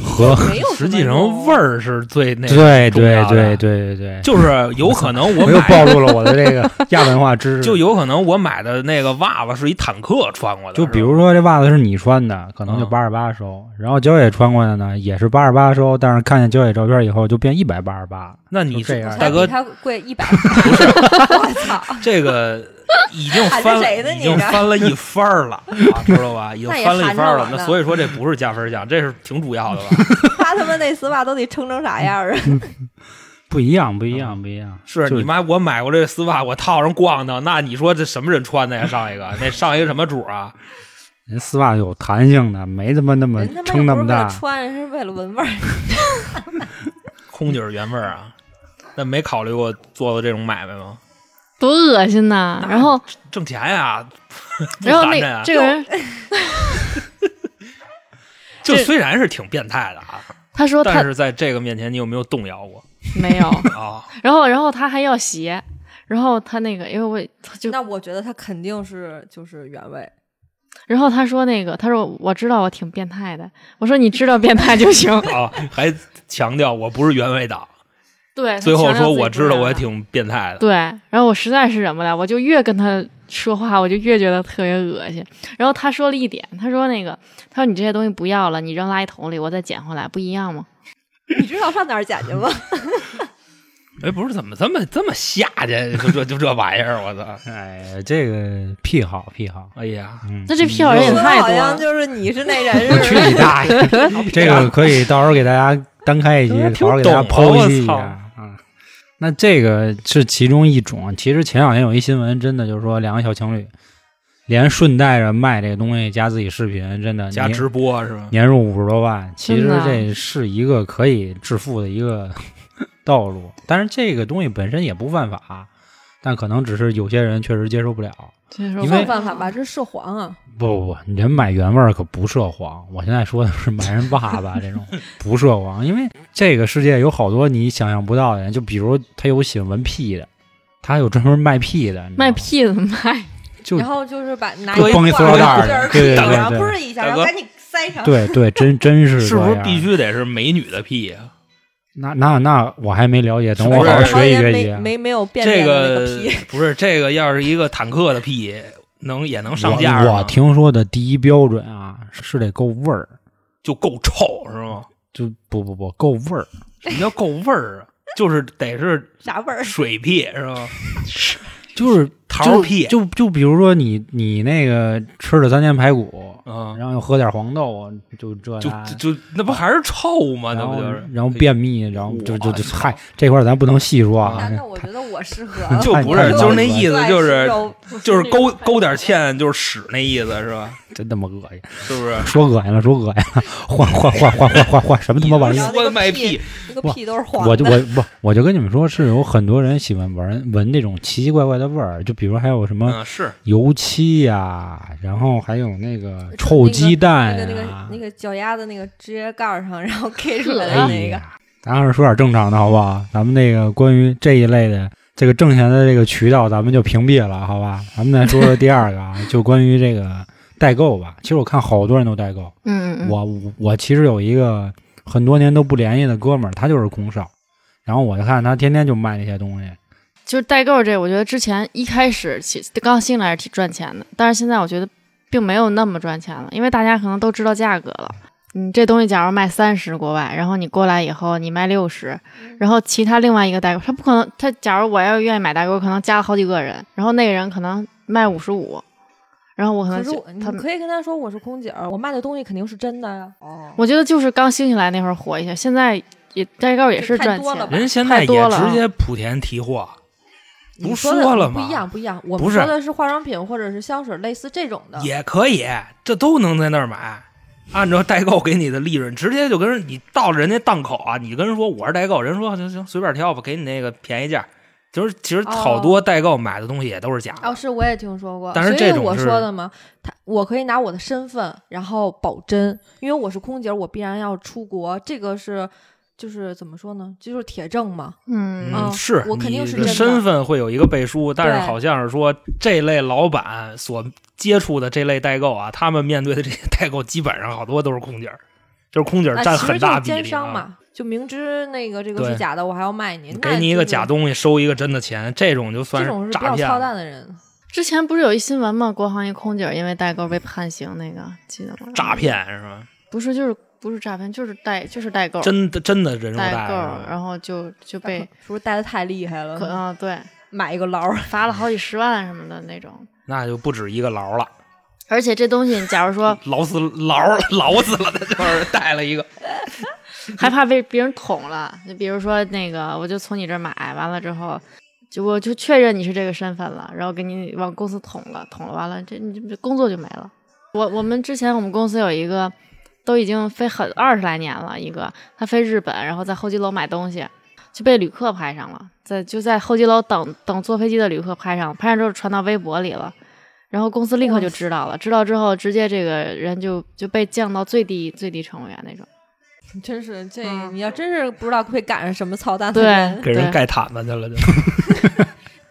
和
没有什
实
么
际上
用
味儿是最那个
对
重
对
要
对
的
对对对，
就是有可能我
我又
买
暴露了我的这个亚文化知识。
就有可能我买的那个袜子是一坦克穿过的，
就比
是吧
如说这袜子是你穿的，可能就
嗯
八十八收，然后焦野穿过的呢也是八十八收，但是看见焦野照片以后就变一百八十八了。
那你
就这样
大
比
哥
他贵一百，我操！
这个已经
喊
翻
着谁呢
已
你
经
这
翻了一番儿了，啊知道 吧？已经
那也
翻了一
含
番儿
着
了
我。
那
呢
所以说这不是加分项，这是挺主要的吧？
他他妈那丝袜都得撑成啥样儿啊？
不一样，不一样，不一样。
嗯是
就
你妈，我买过这丝袜，我套上逛荡，那你说这什么人穿的呀？上一个 那上一个什么主啊？
人丝袜有弹性的，没他妈那么
人他妈
撑
又
那
不
么
是为了
大。
穿，是为了闻味 儿。
空姐儿原味儿啊？那没考虑过做做这种买卖吗？’
多恶心呐、然后，
挣钱呀，不
然后
寒碜
那
呀
这个人
就
这
虽然是挺变态的啊，
他
哦
说
但
他
是在这个面前，你有没有动摇过
没有，
啊？
然后然后他还要鞋，然后他那个因为我他就
那我觉得他肯定是就是原味。
然后他说那个他说我知道我挺变态的，我说你知道变态就行。
啊，还强调我不是原味党，
对，他
最后
强调
说
自己
我
不
知道
认
我也
了
挺变态的。
对，然后我实在是忍不了，我就越跟他说话，我就越觉得特别恶心。然后他说了一点，他说那个，他说你这些东西不要了，你扔垃圾桶里，我再捡回来，不一样吗？
你知道上哪儿捡 去吗？
哎，不是怎么这么这么下去？就这就这玩意儿，我操！
哎呀，这个癖好癖好，
哎呀，
嗯，
那这票人也
说的
太
好
多
像
了。
就是你是那 人
我
似
去
的。
你大爷！这 个可以到时候给大家单开一集，好好给大家剖析一
挺懂
下
啊。
嗯，那这个是其中一种。其实前两天有一新闻，真的就是说两个小情侣连顺带着卖这个东西加自己视频，真的
加
年
直播是吧？
年入五十多万。其
真
实
的
这是一个可以致富的一个 道路，但是这个东西本身也不犯法，但可能只是有些人确实接受不了。
就是
因
我
为
没办法吧，这涉黄啊！
不不不，人买原味儿可不涉黄。我现在说的是买人爸爸这种不涉黄，因为这个世界有好多你想象不到的人，就比如他有喜欢闻屁的，他有专门卖屁的，你知道吗
卖，屁怎么卖？
就
然后就是把拿
搁一
绷一
挂
塑料袋
在这
儿
儿
对对
顶
对
上，
对
嘣儿一下，
大
然
哥
后赶紧塞上。
对对，真真是
是
这
不是
样
必？须得是美女的屁呀？
那那那我还没了解，等
是
我
不
好好
是
然后
学习
也
学
没
习。啊
没没有变
这
脸的那
个
个皮，
不是这个，要是一个坦克的屁，能也能上架
我
吗
我听说的第一标准啊，是得够味儿，
就够臭是吗？
就不不不够味儿，
什么叫够味儿啊？就是得是
啥味儿？
水屁是吧？
就是
桃儿屁
就就就比如说你你那个吃了三天排骨，
啊，
然后又喝点黄豆，就这
就
那
就就那不还是臭吗？那
然
不
后
就是哎
然后便秘，然后就就就
我操
嗨，这块儿咱不能细说啊
那。那我觉得我适合，
就
不是就是那意
思就是
是
就是勾勾点芡就是屎那意思是吧？
真他妈恶心，
是不是？
说恶心了，说恶心了，换换换换换换换什么他妈 玩意
然
儿
后！
说的卖 屁，
那个
哇
屁都是 黄的，
我就我不我就跟你们说，是有很多人喜欢闻闻那种奇奇怪怪的味儿，就比如还有什么
嗯，是
油漆呀、然后还有那个
就
臭鸡蛋
那个那个
啊
呀、
那个脚丫子那个指甲盖儿上，然后 K 出来的
哎
那个，
啊
呀，咱还是说点正常的好不好？咱们那个关于这一类的这个挣钱的这个渠道，咱们就屏蔽了，好吧？咱们再说说第二个啊，就关于这个代购吧。其实我看好多人都代购，
嗯嗯，嗯
我我我其实有一个很多年都不联系的哥们儿，他就是空少，然后我就看他天天就卖那些东 西，
就是代购这，我觉得之前一开始起刚进来是挺赚钱的，但是现在我觉得并没有那么赚钱了，因为大家可能都知道价格了。你这东西假如卖三十国外，然后你过来以后你卖六十，
嗯
然后其他另外一个代购，他不可能，他假如我要愿意买代购，可能加了好几个人，然后那个人可能卖五十五，然后我可能
可是
就
我
他
你可以跟他说我是空姐儿，我卖的东西肯定是真的呀。哦，
我觉得就是刚兴起来那会儿火一下，现在也代购也是赚
就太多了
钱
吧，
人现在
太多
也
了
直
啊
接莆田提货，
你
不
说的
了
不一样
吗？
不一样，我
不
们
是
说的是化妆品或者是香水，类似这种
嗯
的。
也可以，这都能在那儿买。按照代购给你的利润，直接就跟人你到人家档口啊，你跟人说我是代购，人说行行随便挑吧，给你那个便宜价。就是其实
哦
好多代购买的东西也都是假的，
哦，是我也听说过，
但是
所
这
以
种
我
是
说的嘛，他我可以拿我的身份，然后保真，因为我是空姐儿，我必然要出国，这个是就是怎么说呢，就是铁证嘛。
嗯
嗯，
哦
是
我肯定
你的
是真的
身份会有一个背书，但是
对
好像是说这类老板所接触的这类代购啊，他们面对的这些代购基本上好多都是空姐儿，就是空姐儿
啊，
占
其实
很
就
大
是
比例、啊。
奸商嘛，就明知那个这个
对
是假的，我还要卖你，那
给你一
就
个
是
假东西，收一个真的钱，这种就算
这种是比
诈
较
骗
操
了。
蛋的 人。
之前不是有一新闻吗？国航一空姐因为代购被判刑，那个记得吗？
嗯
诈骗是吧？
不是，就是不是诈骗，就是代就是代购，
真的真的人肉
代
贷
购，啊
是吧
然后就就被
是不是带的太厉害
可
了？
啊、对
买一个劳儿，
罚了好几十万什么的那种。
那就不止一个牢了，
而且这东西，假如说
牢死牢了，牢死了，他就是带了一个。
还怕被别人捅了，就比如说那个，我就从你这儿买完了之后，就我就确认你是这个身份了，然后给你往公司捅了，捅了完了，这你这工作就没了。我我们之前我们公司有一个都已经飞很二十来年了，一个他飞日本，然后在候机楼买东西，就被旅客拍上了，在就在候机楼等等坐飞机的旅客拍上，拍上之后传到微博里了，然后公司立刻就知道了，知道之后直接这个人就就被降到最低最低乘务员那种，
真是这
嗯
你要真是不知道会赶上什么操蛋的
对，
人，
给人
对
盖毯子去了，就。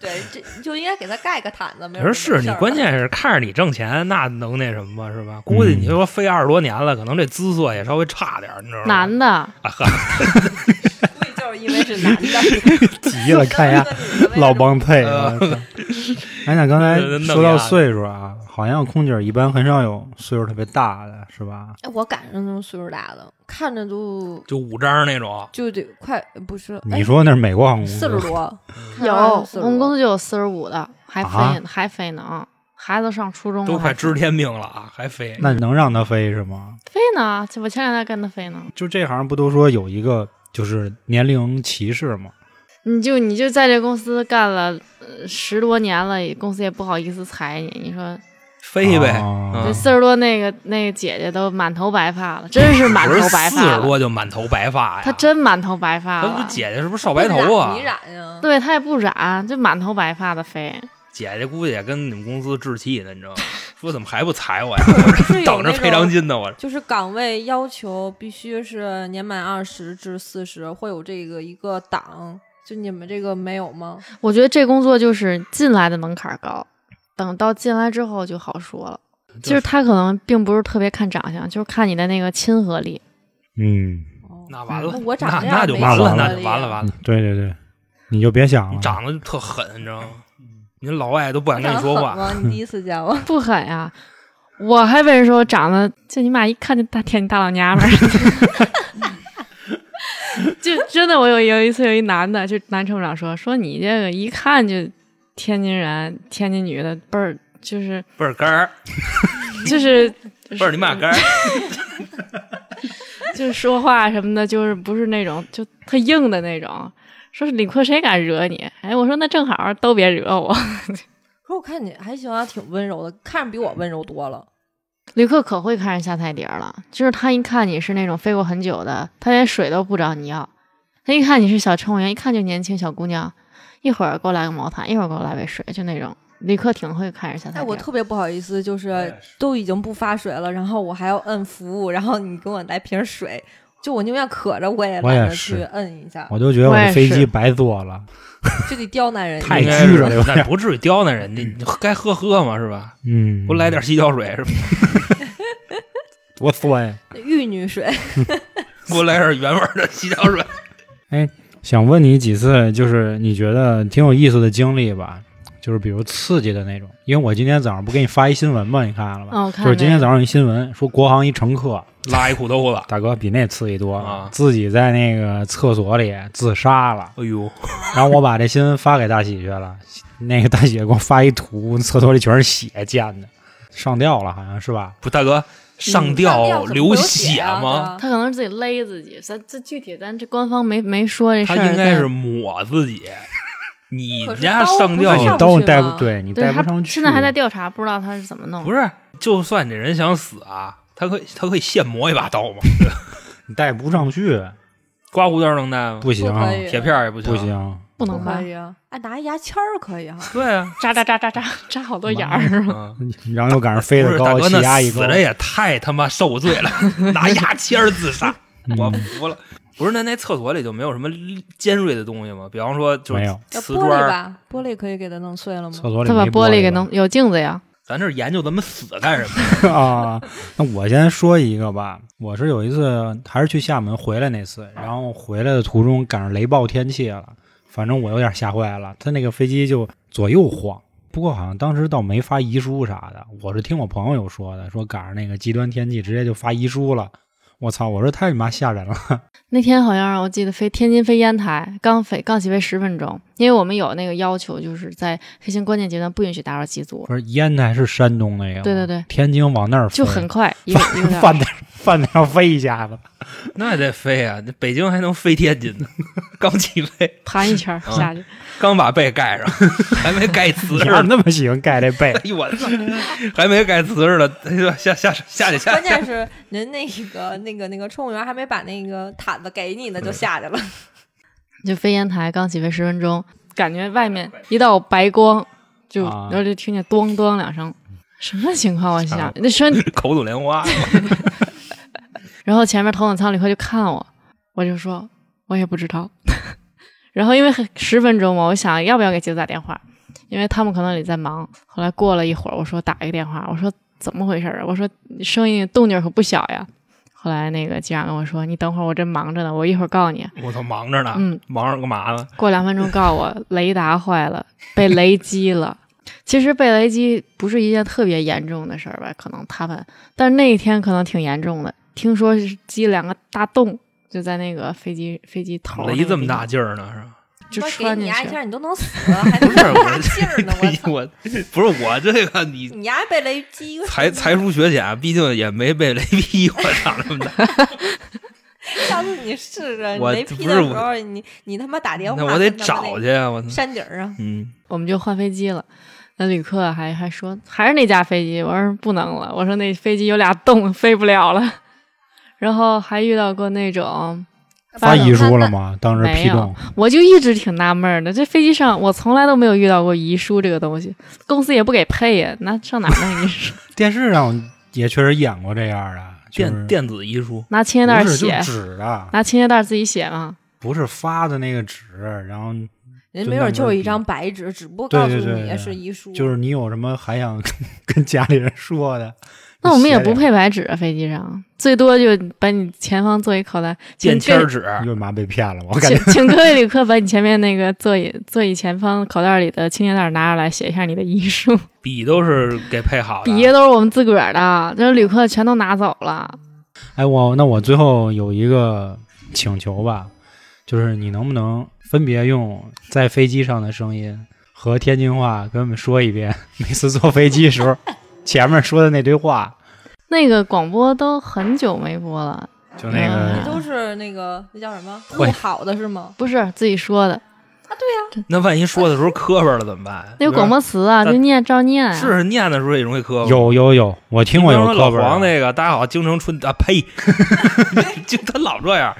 对，这就应该给他盖个毯子。没
可
有
是
什么
是你
事儿，
关 键是看着你挣钱，那能那什么吗？是吧？估
嗯
计你说飞二十多年了，可能这姿色也稍微差点儿，你知道吗？
男的。
啊呵，
估计就是因为是男 的，
急了，看呀，老帮配。我操 哎，那刚才说到岁数啊，好像空姐儿一般很少有岁数特别大的，是吧？
哎，我赶上那种岁数大的，看着都
就五张那种，
就得快，不是
你说那是美国航空
哎四十多，
嗯
看
有，
上去40
我们公
多
司就有四十五的，还飞、
啊
还飞呢啊！孩子上初
嗯
中了
都快
还
知天命了啊，还飞。
那能让他飞是吗？
飞呢，我前两天跟他飞呢。
就这行不都说有一个就是年龄歧视吗？
你就你就在这公司干了、呃十多年了，公司也不好意思裁你。你
嗯
说
飞呗，
哦
嗯
这四十多那个那个姐姐都满头白发了，真是满头白
四
发
十
了。
多就满头白发呀，
她真满头白发
那不
了，
姐姐是不是少白头啊
啊你？染呀？
对她也不染，就满头白发的飞。
姐姐估计也跟你们公司置气呢，你知道吗？ 说怎么还不裁我呀？
是有
等着
那
赔偿
种
金呢，我
就是岗位要求必须是年满二十至四十，会有这个一个档。就你们这个没有吗？
我觉得这工作就是进来的门槛高，等到进来之后就好说了。就是他可能并不是特别看长相，就是看你的那个亲和力。
嗯，
哦
那完了，
那我长
那
这样
那就
没
完
意
了，
思
那
了
就完了
呀
完了，
嗯对对对，你就别想
你
了。
长得特狠，你知道吗？您老外都不敢
嗯我
跟你
长
说
得狠
话，
吗？你第 一次见我，
不狠呀、我还被人说我长得，就你妈一看就大天津大老娘们儿。 就真的，我有有一次有一男的，就男乘务长说说你这个一看就天津人、天津女的倍儿就是
倍儿干儿，
就是
倍儿你妈干儿，
就是说话什么的，就是不是那种就特硬的那种。说是李逵谁敢惹你？哎，我说那正好都别惹我。
说我看你还行啊，挺温柔的，看着比我温柔多了。
旅客可会看人下菜碟儿了，就是他一看你是那种飞过很久的，他连水都不找你要，他一看你是小乘务员，一看就年轻小姑娘，一会儿给我来个毛毯，一会儿给我来杯水，就那种旅客挺会看人下菜碟
哎，
儿。
我特别不好意思，就是
也
都已经不发水了，然后我还要摁服务，然后你给我来瓶水，就我宁愿渴着我也
我也
懒得
是
去摁一下，
我就觉得我
我也
这
是
飞机白坐了。
就得刁难人家。
太
应该
拘着
是
了有点
那不至于刁难人家，你该喝喝嘛，是吧？
嗯，
不来点洗脚水是吧？
多酸呀！
玉女水，
给我来点原味儿的洗脚 水。
想问你几次，就是你觉得挺有意思的经历吧？就是比如刺激的那种，因为我今天早上不给你发一新闻吗？你看了吗？
哦我看
就是今
那
天
个
早上有一新闻说国航一乘客，
拉一裤兜子。
大哥比那刺激多了，
啊
自己在那个厕所里自杀了。
哎呦，
然后我把这新闻发给大喜去了，那个大喜给我发一图，厕所里全是血溅的，上吊了好像是吧？
不，大
嗯
哥，上吊流血吗？
啊？
他可能是自己勒自己，咱这具体咱这官方没没说这事
他
儿。
应该
但
是抹自己。你
可是
家上
刀
吊
不是上
都
去
带
吗
不对你
对
带
他
不上去。啊
现在还在调查，不知道他是怎么弄的。
不是？就算这人想死啊，他可以他可以现磨一把刀吗？
你带不上去，
刮胡刀能戴吗？
不行
不，可以，
铁片儿也不行。
不。行，
不
不
能吧
可？以啊！哎，拿牙签儿可以哈、
对 啊，
扎扎扎扎扎扎好多眼儿。
嗯
然后又赶上飞
不
得
是大
高，
哥，
气压
那
一
死
高，
的也太他妈受罪了，拿牙签儿 自杀，
嗯
我服了。不是，那那厕所里就没有什么尖锐的东西吗？比方说，就
没
是
有
要
瓷
玻
砖
璃
儿，
吧，玻璃可以给它弄碎了吗
厕？所里
他把
没
玻璃
璃了
给弄有镜子呀，
咱这是研究咱们死干什 么？
啊。那我先说一个吧，我是有一次还是去厦门回来那次，然后回来的途中赶上雷暴天气了，反正我有点吓坏了，他那个飞机就左右晃。不过好像当时倒没发遗书啥的，我是听我朋友有说的，说赶上那个极端天气直接就发遗书了。我操！我说太你妈吓人了，
那天好像我记得飞天津飞烟台，刚飞刚起飞十分钟，因为我们有那个要求，就是在飞行关键阶段不允许打扰机组，
不是烟台是山东那个吗，
对对对
天津往那儿飞
就很快一个一个小
饭
时。
点饭点上飞一下 子，
那得飞啊！这北京还能飞天津呢，刚起飞，
盘一圈儿
嗯
下去，
刚把被盖上，还没盖 瓷
你
实
要
呢。
那么喜欢盖这被
哎，呦我操，还没盖瓷实呢，哎呦下下下去下
关
去。
键是人那个那个那个乘务员还没把那个毯子给你呢，就下去了。
就飞烟台刚起飞十分钟，感觉外面一道白光，就
啊
然后就听见咚咚两声，什么情况？我
啊
想那声
口吐莲 花，
然后前面头等舱旅客就看我，我就说我也不知道。 然后因为很十分钟嘛，我想要不要给机组打电话，因为他们可能也在忙。后来过了一会儿，我说打一个电话，我说怎么回事啊？我说声音动静可不小呀。后来那个机长跟我说：“你等会儿，我这忙着呢，我一会儿告诉你。
我操，忙着呢，
嗯
忙着干嘛呢？”
过两分钟告我雷达坏了，被雷击了。其实被雷击不是一件特别严重的事儿吧？可能他们，但是那一天可能挺严重的。听说是击两个大洞，就在那个飞机飞机头儿那个
雷
地方。
这么大劲儿呢，是吧？
就
妈给
穿
你
进
牙
去
签
了。
儿，你都 能死了，还能
不是
大劲儿 呢！我操，
哎我，我不是我这个你
你牙被雷击，
才才疏学浅，毕竟也没被雷劈过，长这么大，
下次你试试，你
我
雷劈
不
的
是
时
我
候，你你他妈打电话，
那我得找
去
去啊！我操，
山顶儿啊，
嗯，
我们就换飞机了。那旅客还还说还是那架飞机，我说不能了，我说那飞机有俩洞，飞不了了。 然后还遇到过那种
发遗
冷
书
饭
了
的？
吗？当时
没
批
有
动，，
我就一直挺纳闷儿的，这飞机上我从来都没有遇到过遗书这个东西，公司也不给配呀，那上哪儿弄遗书？
电视上也确实演过这样的，就
电
是
电子遗书，
拿青叶袋儿
不是就
写，
纸的，
拿青叶袋儿自己写啊嘛。
不是发的那个纸，然后就
人没准
那
儿
门
就是
儿
一
比
张白纸，只不过
对
告诉
对对
你
对
是遗书，
就是你有什么还想 跟跟家里人说的，
那我们也
写
不
点
配白纸啊，飞机上最多就把你前方座椅口袋
便
请
签儿
各位
纸，
又妈被骗了，我感
请
觉
请各位旅客把你前面那个座椅座椅前方口袋里的青叶袋拿出来，写一下你的遗书。
笔都是给配 好的，
笔都是我们自个儿的，这旅客全都拿走了。
哎，我那我最后有一个请求吧，就是你能不能分别用在飞机上的声音和天津话跟我们说一遍，每次坐飞机时候前面说的那堆话，
那个广播都很久没播了，
就那
嗯
你
个
都是那个那叫什么
会
录好的是吗？
不是自己说的，
那万一说的时候磕巴了怎么办？
那有广播词啊，
但
就念照念啊。
是念的时候也容易磕巴。
有有有，我听过
比
有
方说
课
老
本儿
黄，那个，大家好，京城春啊， 呸，就他老这样，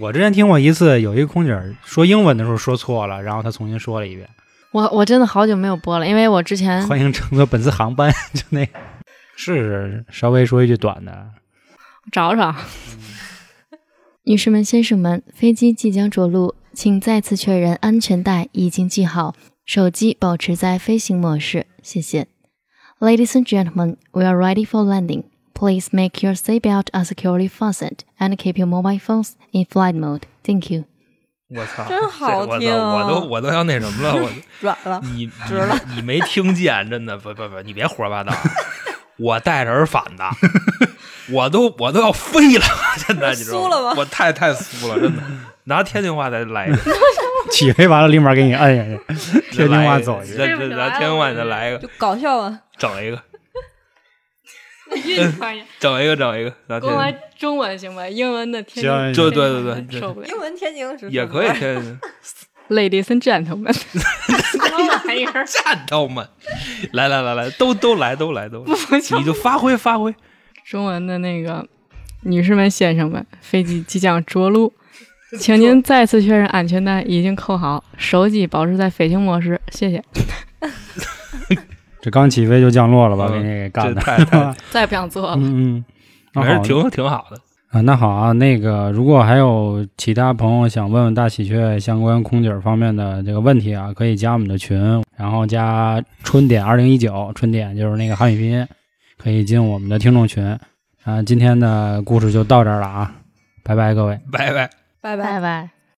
我之前听过一次，有一个空姐儿说英文的时候说错了，然后她重新说了一遍
我我真的好久没有播了，因为我之
“
前
欢迎乘坐本次航班”，就 那个试试稍微说一句短的，
找找。
嗯
女士们、先生们，飞机即将着陆，请再次确认安全带已经系好，手机保持在飞行模式，谢谢。Ladies and gentlemen, we are ready for landing. Please make your seatbelt securely fastened and keep your mobile phones in flight mode. Thank you.
我操，
真好
这
听
啊
我都我都我都要那什么了，我，
软了
你你你没听见，真的不不不，你别胡说八道，啊我戴着耳返 的，我都我都要飞了，真的，你知道
酥了吗
我太太酥 了，真的，拿天津话再来一个，
起飞完了立马给你摁下去。
再
天津
来
话
一个
走一个
再再拿天津话你再来一个，
就搞笑啊！
整一个，
运转呀，
整一个，整一个，拿天津，
中文行吗？英文的天
津行
就对对对
受不了
英。文天津是
也可以，天津。
Ladies and gentlemen，什么玩意儿？
战斗们，来来来来，都都来都 来都来，你就发挥发挥。
中文的那个女士们、先生们，飞机即将着陆， 请您再次确认安全带已经扣好，手机保持在飞行模式，谢谢。
这刚起飞就降落了吧？给
嗯
你给干
这
的，
太太，
再也不想做了。
嗯嗯，那
还是
好，
挺挺好的。
啊，那好啊，那个如果还有其他朋友想问问大喜鹊相关空姐儿方面的这个问题啊，可以加我们的群，然后加春点二零一九，春点就是那个汉语拼音，可以进我们的听众群。啊，今天的故事就到这儿了啊，拜拜各位。
拜拜。
拜拜
拜。拜。